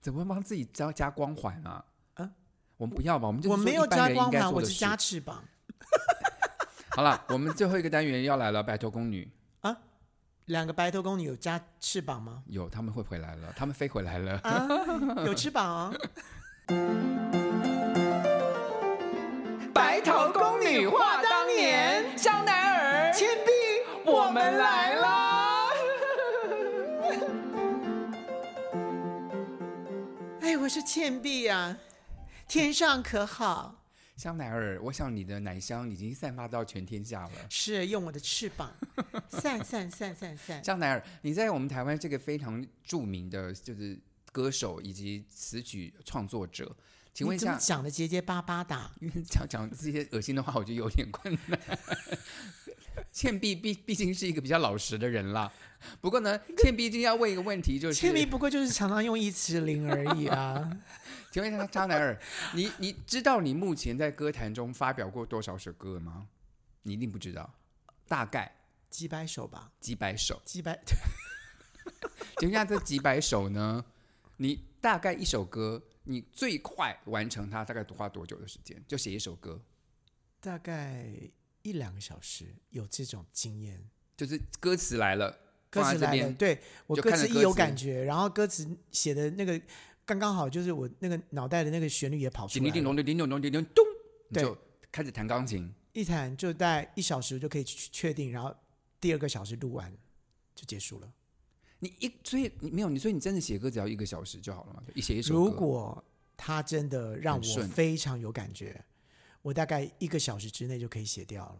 [SPEAKER 2] 怎么会帮自己加加光环啊？
[SPEAKER 1] 啊
[SPEAKER 2] 我们不要吧，我们就是
[SPEAKER 1] 我
[SPEAKER 2] 说
[SPEAKER 1] 没有
[SPEAKER 2] 一般
[SPEAKER 1] 加
[SPEAKER 2] 人应
[SPEAKER 1] 光
[SPEAKER 2] 该
[SPEAKER 1] 环，
[SPEAKER 2] 做
[SPEAKER 1] 我
[SPEAKER 2] 的
[SPEAKER 1] 只
[SPEAKER 2] 事
[SPEAKER 1] 加翅膀
[SPEAKER 2] 好了，我们最后一个单元要来了，白头宫女
[SPEAKER 1] 啊。两个白头宫女有加翅膀吗？
[SPEAKER 2] 有他们会回来了，他们飞回来了。
[SPEAKER 1] 有翅膀哦。
[SPEAKER 2] 白头宫女话当年，香奈儿、倩碧，我们来 *laughs* 啦！
[SPEAKER 1] 哎，我说倩碧呀、天上可好？
[SPEAKER 2] 香奈儿，我想你的奶香已经散发到全天下了。
[SPEAKER 1] 是用我的翅膀 *laughs* 散散散散散。
[SPEAKER 2] 香奈儿，你在我们台湾这个非常著名的就是歌手以及词曲创作者，请问
[SPEAKER 1] 你
[SPEAKER 2] 一
[SPEAKER 1] 怎么
[SPEAKER 2] 下，
[SPEAKER 1] 讲的结结巴巴的啊？
[SPEAKER 2] *laughs* 因为讲讲这些恶心的话，我觉得有点困难。倩碧毕毕竟是一个比较老实的人啦，不过呢，倩碧今天要问一个问题，就是
[SPEAKER 1] 倩碧不过就是常常用一词零而已啊。
[SPEAKER 2] 请问一下，张乃尔，你你知道你目前在歌坛中发表过多少首歌吗？你一定不知道，大概
[SPEAKER 1] *laughs* 几百首吧，
[SPEAKER 2] 几百首。
[SPEAKER 1] 几百。 *laughs*
[SPEAKER 2] 请问一下，这几百首呢？你大概一首歌，你最快完成它大概花多久的时间？就写一首歌，
[SPEAKER 1] 大概一两个小时，有这种经验。
[SPEAKER 2] 就是歌词来了，
[SPEAKER 1] 歌
[SPEAKER 2] 放
[SPEAKER 1] 词
[SPEAKER 2] 在这
[SPEAKER 1] 来了，
[SPEAKER 2] 边，
[SPEAKER 1] 对我
[SPEAKER 2] 就
[SPEAKER 1] 歌
[SPEAKER 2] 看着
[SPEAKER 1] 词一
[SPEAKER 2] 歌
[SPEAKER 1] 有
[SPEAKER 2] 词
[SPEAKER 1] 感觉，然后歌词写的那个刚刚好，就是我那个脑袋的那个旋律也跑出
[SPEAKER 2] 叮铃
[SPEAKER 1] 来
[SPEAKER 2] 叮
[SPEAKER 1] 了，
[SPEAKER 2] 咚，叮铃咚咚，叮铃咚，你
[SPEAKER 1] 对
[SPEAKER 2] 就开始弹钢琴。
[SPEAKER 1] 一弹就大概一小时就可以去确定，然后第二个小时录完就结束了。
[SPEAKER 2] 你一所以你没有你，所以你真的写歌只要一个小时就好了嘛？就一写一首歌。
[SPEAKER 1] 如果他真的让
[SPEAKER 2] 很
[SPEAKER 1] 我
[SPEAKER 2] 顺
[SPEAKER 1] 非常有感觉，我大概一个小时之内就可以写掉了。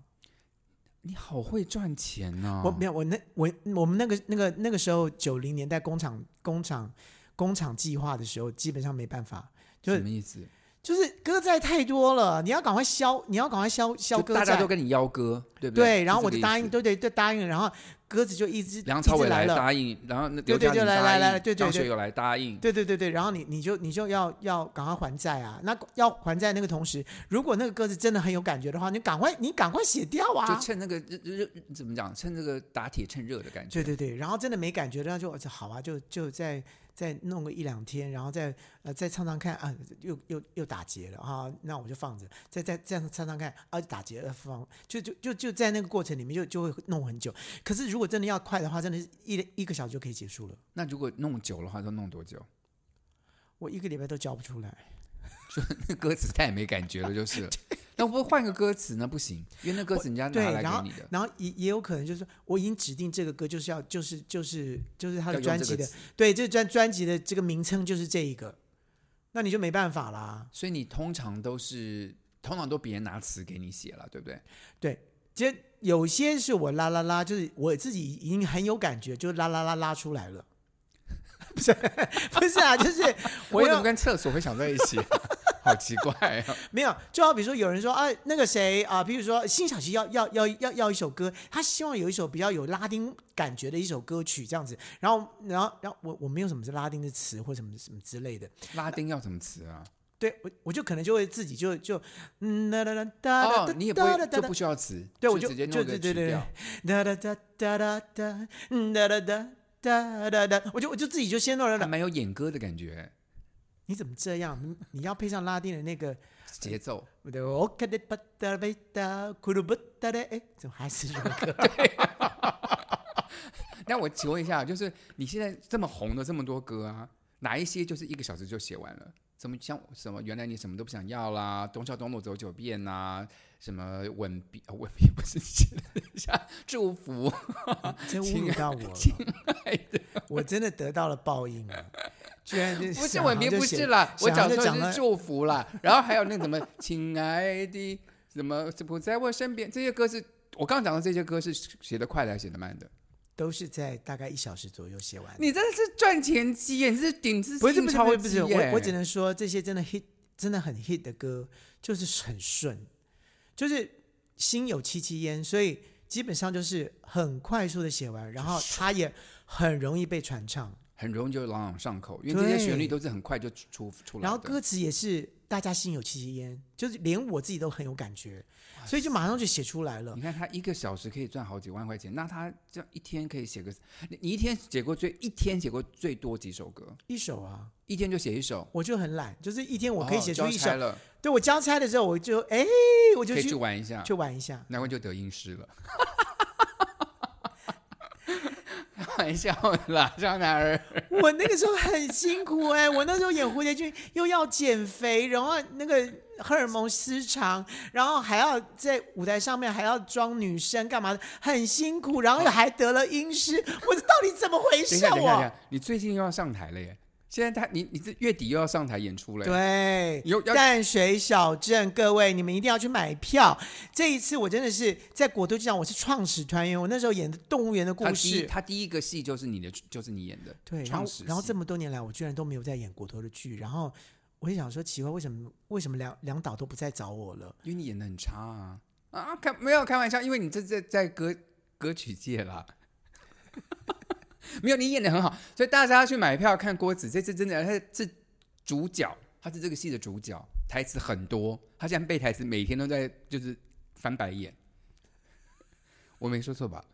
[SPEAKER 2] 你好会赚钱哦呢、
[SPEAKER 1] 我没有，我那我我们那个那个那个时候九零年代工厂工厂工厂计划的时候，基本上没办法，就
[SPEAKER 2] 什么意思？
[SPEAKER 1] 就是歌债太多了，你要赶快消，你要赶快消消
[SPEAKER 2] 就
[SPEAKER 1] 歌
[SPEAKER 2] 大
[SPEAKER 1] 债
[SPEAKER 2] 家都。跟你邀歌，对不
[SPEAKER 1] 对，然后我就
[SPEAKER 2] 就
[SPEAKER 1] 答应，对对对，答应了，然后鸽子就一直
[SPEAKER 2] 梁朝伟
[SPEAKER 1] 一直来了，
[SPEAKER 2] 答应，然后那
[SPEAKER 1] 对
[SPEAKER 2] 刘
[SPEAKER 1] 对
[SPEAKER 2] 嘉
[SPEAKER 1] 对
[SPEAKER 2] 玲
[SPEAKER 1] 来来
[SPEAKER 2] 答
[SPEAKER 1] 来
[SPEAKER 2] 应
[SPEAKER 1] 对对
[SPEAKER 2] 张
[SPEAKER 1] 对
[SPEAKER 2] 学友来答应，
[SPEAKER 1] 对对对对，然后你你就你就要要赶快还债啊。那要还债那个同时，如果那个歌子真的很有感觉的话，你赶快你赶快写掉
[SPEAKER 2] 就
[SPEAKER 1] 啊。
[SPEAKER 2] 趁那个热热热怎么讲，趁这个打铁趁热的感觉。
[SPEAKER 1] 对对对，然后真的没感觉，那就哦好啊，就就再再弄个一两天，然后再呃再唱唱看啊，又又又打结了啊，那我就放着，再再再唱唱看啊，打结了放，就就就就在那个过程里面就就会弄很久。可是如果真的要快的话，真的是一一个小时就可以结束了，
[SPEAKER 2] 那如果弄久的话，都弄多久？
[SPEAKER 1] 我一个礼拜都教不出来。
[SPEAKER 2] 那 *laughs* 歌词太没感觉 *laughs* 了，就是了。那不换个歌词呢？不行，因为那歌词人家
[SPEAKER 1] 对
[SPEAKER 2] 拿，来
[SPEAKER 1] 然后
[SPEAKER 2] 给你的。
[SPEAKER 1] 然后也也有可能就是我已经指定这个歌就是要就是就是就是他的
[SPEAKER 2] 要用
[SPEAKER 1] 专
[SPEAKER 2] 这
[SPEAKER 1] 辑
[SPEAKER 2] 个
[SPEAKER 1] 的
[SPEAKER 2] 词，
[SPEAKER 1] 对，这专专辑的这个名称就是这一个，那你就没办法啦。
[SPEAKER 2] 所以你通常都是，通常都别人拿词给你写了，对不对？
[SPEAKER 1] 对，其实有些是我啦啦啦，就是我自己已经很有感觉，就啦啦啦拉出来了。 *laughs* 不是 *laughs* 不是啊，就是我
[SPEAKER 2] *laughs* 我怎
[SPEAKER 1] 要
[SPEAKER 2] 么跟厕所会想在一 *laughs* 起、好奇怪啊！
[SPEAKER 1] 没有，就好比说有人说啊，那个谁啊，比如说辛晓琪要要要要要一首歌，他希望有一首比较有拉丁感觉的一首歌曲这样子，然后然后然后我我没有什么是拉丁的词或什么什么之类的，
[SPEAKER 2] 拉丁要什么词啊？
[SPEAKER 1] 对我我就可能就会自己就就嗯哒哒哒哒哒
[SPEAKER 2] 哦
[SPEAKER 1] 哒，
[SPEAKER 2] 你也不
[SPEAKER 1] 哒
[SPEAKER 2] 会
[SPEAKER 1] 哒
[SPEAKER 2] 就
[SPEAKER 1] 哒
[SPEAKER 2] 不需要词，
[SPEAKER 1] 对我就
[SPEAKER 2] 直接
[SPEAKER 1] 就
[SPEAKER 2] 弄个
[SPEAKER 1] 对
[SPEAKER 2] 曲
[SPEAKER 1] 对
[SPEAKER 2] 调。
[SPEAKER 1] 哒哒哒哒哒哒嗯哒哒哒哒哒哒，我就我就自己就先弄了
[SPEAKER 2] 还
[SPEAKER 1] 啦。
[SPEAKER 2] 蛮有演歌的感觉，
[SPEAKER 1] 你怎么这样？你你要配上拉丁的那个。
[SPEAKER 2] 节奏。
[SPEAKER 1] 对，我看的巴达贝达，库鲁布达的，哎，怎么还是这首歌？
[SPEAKER 2] 那我请问一下，就是你现在这么红的这么多歌啊，哪一些就是一个小时就写完了？什么像什么原来你什么都不想要啦，东校东路走九遍呐、什么吻别呃吻别不 *laughs* 是像祝福
[SPEAKER 1] 真侮辱到我了，
[SPEAKER 2] 爱的，
[SPEAKER 1] 我真的得到了报应了。居然
[SPEAKER 2] *laughs*
[SPEAKER 1] 就
[SPEAKER 2] 不是
[SPEAKER 1] 小航
[SPEAKER 2] 吻别
[SPEAKER 1] 就
[SPEAKER 2] 不
[SPEAKER 1] 写
[SPEAKER 2] 是啦，我
[SPEAKER 1] 小航
[SPEAKER 2] 讲
[SPEAKER 1] 就
[SPEAKER 2] 错
[SPEAKER 1] 讲
[SPEAKER 2] 是
[SPEAKER 1] 了，
[SPEAKER 2] 祝福啦，然后还有那什么亲爱的什么不在我身边，这些歌是我刚刚讲的这些歌是写的快的还是写的慢的？
[SPEAKER 1] 都是在大概一小时左右写完的。
[SPEAKER 2] 你真的是赚钱机耶，你是顶是
[SPEAKER 1] 不是不是不
[SPEAKER 2] 超
[SPEAKER 1] 是不是，
[SPEAKER 2] 级耶
[SPEAKER 1] 我我只能说这些真的 hit 真的很 hit 的歌，就是很顺，就是心有戚戚焉，所以基本上就是很快速的写完，然后它也很容易被传唱，
[SPEAKER 2] 很容易就朗朗上口，因为这些
[SPEAKER 1] 对
[SPEAKER 2] 旋律都是很快就出出来的。
[SPEAKER 1] 然后歌词也是大家心有戚戚焉，就是连我自己都很有感觉，所以就马上就写出来了
[SPEAKER 2] 你。看他一个小时可以赚好几万块钱，那他这样一天可以写个，你你一天写过最一天写过最多几首歌？
[SPEAKER 1] 一首啊，
[SPEAKER 2] 一天就写一首，
[SPEAKER 1] 我就很懒，就是一天我可以
[SPEAKER 2] 哦
[SPEAKER 1] 写出
[SPEAKER 2] 交
[SPEAKER 1] 一
[SPEAKER 2] 差
[SPEAKER 1] 首。
[SPEAKER 2] 了，
[SPEAKER 1] 对我交差的时候，我就哎，我就
[SPEAKER 2] 可以
[SPEAKER 1] 去
[SPEAKER 2] 去玩一啊下
[SPEAKER 1] 去。玩一下。
[SPEAKER 2] 难怪就得音师了，开玩笑啦，张男
[SPEAKER 1] *laughs*
[SPEAKER 2] 儿。
[SPEAKER 1] 我那个时候很辛苦哎、我那时候演蝴蝶君又要减肥，然后那个荷尔蒙失常，然后还要在舞台上面还要装女生干嘛的，很辛苦，然后又还得了阴湿，我这到底怎么回
[SPEAKER 2] 等一
[SPEAKER 1] 事
[SPEAKER 2] 下，
[SPEAKER 1] 啊？
[SPEAKER 2] 等一下，等一
[SPEAKER 1] 我
[SPEAKER 2] 下，你最近又要上台了耶！现在他，你你这月底又要上台演出了耶。
[SPEAKER 1] 对
[SPEAKER 2] 有，要
[SPEAKER 1] 淡水小镇，各位你们一定要去买票。这一次我真的是在国都剧场，我是创始团员，我那时候演的动物园的
[SPEAKER 2] 他
[SPEAKER 1] 故
[SPEAKER 2] 第一
[SPEAKER 1] 事。
[SPEAKER 2] 他第一个戏就是你的，就是你演的，
[SPEAKER 1] 对，然
[SPEAKER 2] 创
[SPEAKER 1] 后
[SPEAKER 2] 始
[SPEAKER 1] 然后
[SPEAKER 2] 戏
[SPEAKER 1] 这么多年来，我居然都没有在演国头的剧，然后我就想说，奇怪，为什么为什么两两导都不再找我了？
[SPEAKER 2] 因为你演的很差啊啊！开没有开玩笑，因为你这在在歌歌曲界啦， *laughs* 没有你演的很好，所以大家去买票看郭子，这次真的他是主角，他是这个戏的主角，台词很多，他现在背台词，每天都在就是翻白眼。我没说错吧？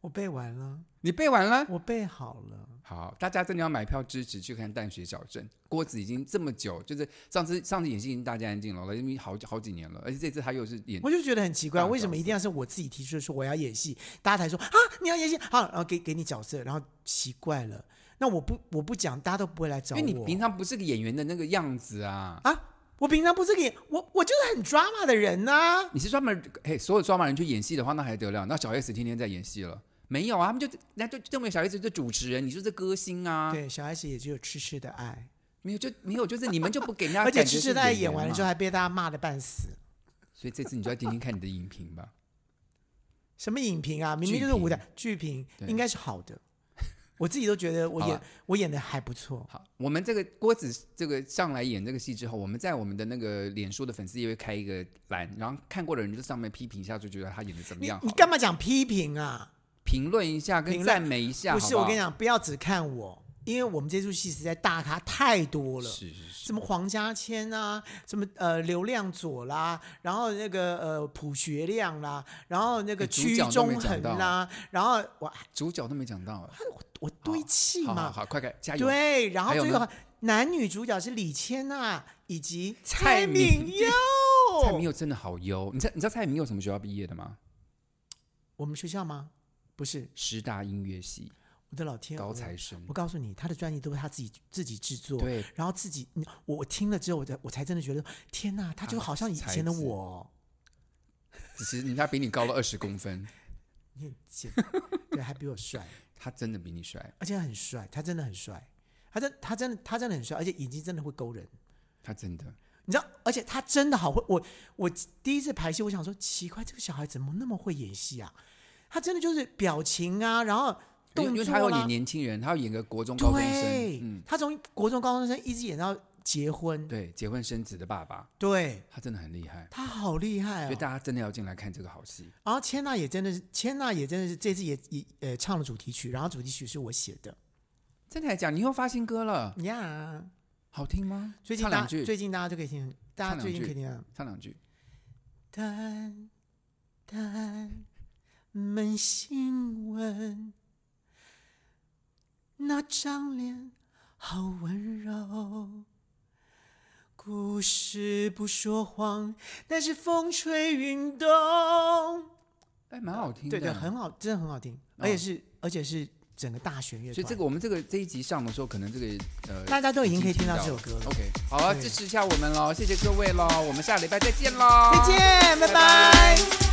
[SPEAKER 1] 我背完了，
[SPEAKER 2] 你背完了？
[SPEAKER 1] 我背好了，
[SPEAKER 2] 好，大家真的要买票支持去看《淡水小镇》。郭子已经这么久，就是上次上次演戏已经大家安静了，因为好好几年了，而且这次他又是演
[SPEAKER 1] 我就觉得很奇怪，
[SPEAKER 2] 大
[SPEAKER 1] 为什
[SPEAKER 2] 角
[SPEAKER 1] 么一
[SPEAKER 2] 色
[SPEAKER 1] 定要是我自己提出说我要演戏，大家才说啊你要演戏好，然后给给你角色，然后奇怪了，那我不我不讲，大家都不会来找
[SPEAKER 2] 因
[SPEAKER 1] 我。
[SPEAKER 2] 为你平常不是个演员的那个样子啊。
[SPEAKER 1] 啊，我平常不是个演我我就是很 drama 的人呐、
[SPEAKER 2] 你是专门哎，所有抓马人去演戏的话，那还得了？那小 S 天天在演戏了，没有啊？他们就那就就没有小 S 就主持人，你就是歌星啊，
[SPEAKER 1] 对，小 S 也只有痴痴的爱，
[SPEAKER 2] 没有就没有，就是你们就不给人家
[SPEAKER 1] *laughs* 而且
[SPEAKER 2] 感觉
[SPEAKER 1] 痴痴
[SPEAKER 2] 是演员
[SPEAKER 1] 的
[SPEAKER 2] 嘛，
[SPEAKER 1] 爱演完了之后还被大家骂的半死。
[SPEAKER 2] 所以这次你就要听听看你的影评吧。
[SPEAKER 1] 什么影评啊？明明
[SPEAKER 2] 剧
[SPEAKER 1] 就是
[SPEAKER 2] 评
[SPEAKER 1] 舞台剧评，
[SPEAKER 2] 对
[SPEAKER 1] 应该是好的。我自己都觉得我
[SPEAKER 2] 好
[SPEAKER 1] 演
[SPEAKER 2] 了
[SPEAKER 1] 我演的还不错。
[SPEAKER 2] 好，我们这个郭子这个上来演这个戏之后，我们在我们的那个脸书的粉丝页会开一个栏，然后看过的人就上面批评一下，就觉得他演的怎么
[SPEAKER 1] 你
[SPEAKER 2] 样好
[SPEAKER 1] 你
[SPEAKER 2] 了，
[SPEAKER 1] 干嘛讲批评啊？
[SPEAKER 2] 评论一下跟
[SPEAKER 1] 评论
[SPEAKER 2] 赞美一下，
[SPEAKER 1] 不是，
[SPEAKER 2] 好
[SPEAKER 1] 我
[SPEAKER 2] 好
[SPEAKER 1] 跟你，讲，不要只看我，因为我们这出戏实在大咖太多了。
[SPEAKER 2] 是是是，
[SPEAKER 1] 什么黄家千啊，什么呃刘亮佐啦，然后那个呃朴学亮啦，然后那个
[SPEAKER 2] 哎主
[SPEAKER 1] 屈
[SPEAKER 2] 角都没
[SPEAKER 1] 中
[SPEAKER 2] 讲
[SPEAKER 1] 恒
[SPEAKER 2] 到啊
[SPEAKER 1] 啦，然后我
[SPEAKER 2] 主角都没讲到，哎
[SPEAKER 1] 我堆砌
[SPEAKER 2] 好好
[SPEAKER 1] 嘛，
[SPEAKER 2] 好，快快加油，
[SPEAKER 1] 对，然后
[SPEAKER 2] 还有
[SPEAKER 1] 最
[SPEAKER 2] 呢
[SPEAKER 1] 后男女主角是李千娜以及
[SPEAKER 2] 蔡
[SPEAKER 1] 蔡
[SPEAKER 2] 明
[SPEAKER 1] 敏佑，
[SPEAKER 2] 蔡明佑真的好优，你知道你知道蔡明佑什么学校毕业的吗？
[SPEAKER 1] 我们学校吗？不是，
[SPEAKER 2] 师大音乐系
[SPEAKER 1] 我的老天，
[SPEAKER 2] 高
[SPEAKER 1] 我
[SPEAKER 2] 材生
[SPEAKER 1] 我，告诉你，他的专辑都是他自己自己制作，
[SPEAKER 2] 对，
[SPEAKER 1] 然后自己，你我我听了之后，我才我才真的觉得，天哪，他就好像以
[SPEAKER 2] 才
[SPEAKER 1] 前的
[SPEAKER 2] 子
[SPEAKER 1] 我哦，
[SPEAKER 2] 只是人家比你高了二十公分，
[SPEAKER 1] 你很贱，对，还比我帅，
[SPEAKER 2] 他真的比你帅，
[SPEAKER 1] 而且很帅，他真的很帅，他真他真的他真的很帅，而且眼睛真的会勾人，
[SPEAKER 2] 他真的。
[SPEAKER 1] 你知道，而且他真的好会，我我第一次排戏，我想说奇怪，这个小孩怎么那么会演戏啊？他真的就是表情啊，然后
[SPEAKER 2] 因为
[SPEAKER 1] 动作
[SPEAKER 2] 因为他要
[SPEAKER 1] 啦
[SPEAKER 2] 演年轻人，他要演个国中高中
[SPEAKER 1] 对
[SPEAKER 2] 生，，嗯，
[SPEAKER 1] 他从国中高中生一直演到结婚，
[SPEAKER 2] 对，结婚生子的爸爸，
[SPEAKER 1] 对
[SPEAKER 2] 他真的很厉害，
[SPEAKER 1] 他好厉害
[SPEAKER 2] 所
[SPEAKER 1] 哦
[SPEAKER 2] 以。大家真的要进来看这个好戏。
[SPEAKER 1] 然后千娜也真的是，千娜也真的是这次也也呃唱了主题曲，然后主题曲是我写的
[SPEAKER 2] 真的还假的？你又发新歌了，
[SPEAKER 1] 呀。
[SPEAKER 2] 好听吗？
[SPEAKER 1] 最近
[SPEAKER 2] 唱
[SPEAKER 1] 大
[SPEAKER 2] 两
[SPEAKER 1] 最
[SPEAKER 2] 句，
[SPEAKER 1] 近大家就可以听，大
[SPEAKER 2] 唱
[SPEAKER 1] 家
[SPEAKER 2] 两
[SPEAKER 1] 最近
[SPEAKER 2] 句
[SPEAKER 1] 可以听啊到。
[SPEAKER 2] 唱两句。
[SPEAKER 1] 淡淡扪心问，那张脸好温柔。故事不说谎，但是风吹云动。
[SPEAKER 2] 哎，蛮好听的，
[SPEAKER 1] 对对，很。好，真的很好听，而且是、而且是整个大弦乐
[SPEAKER 2] 所
[SPEAKER 1] 团。
[SPEAKER 2] 以这个我们这个这一集上的时候，可能这个呃，
[SPEAKER 1] 大家都已经可以听到
[SPEAKER 2] 已
[SPEAKER 1] 这首歌了
[SPEAKER 2] OK，好啊，
[SPEAKER 1] 对
[SPEAKER 2] 支持一下我们喽，谢谢各位喽，我们下礼拜再见喽，
[SPEAKER 1] 再见，拜拜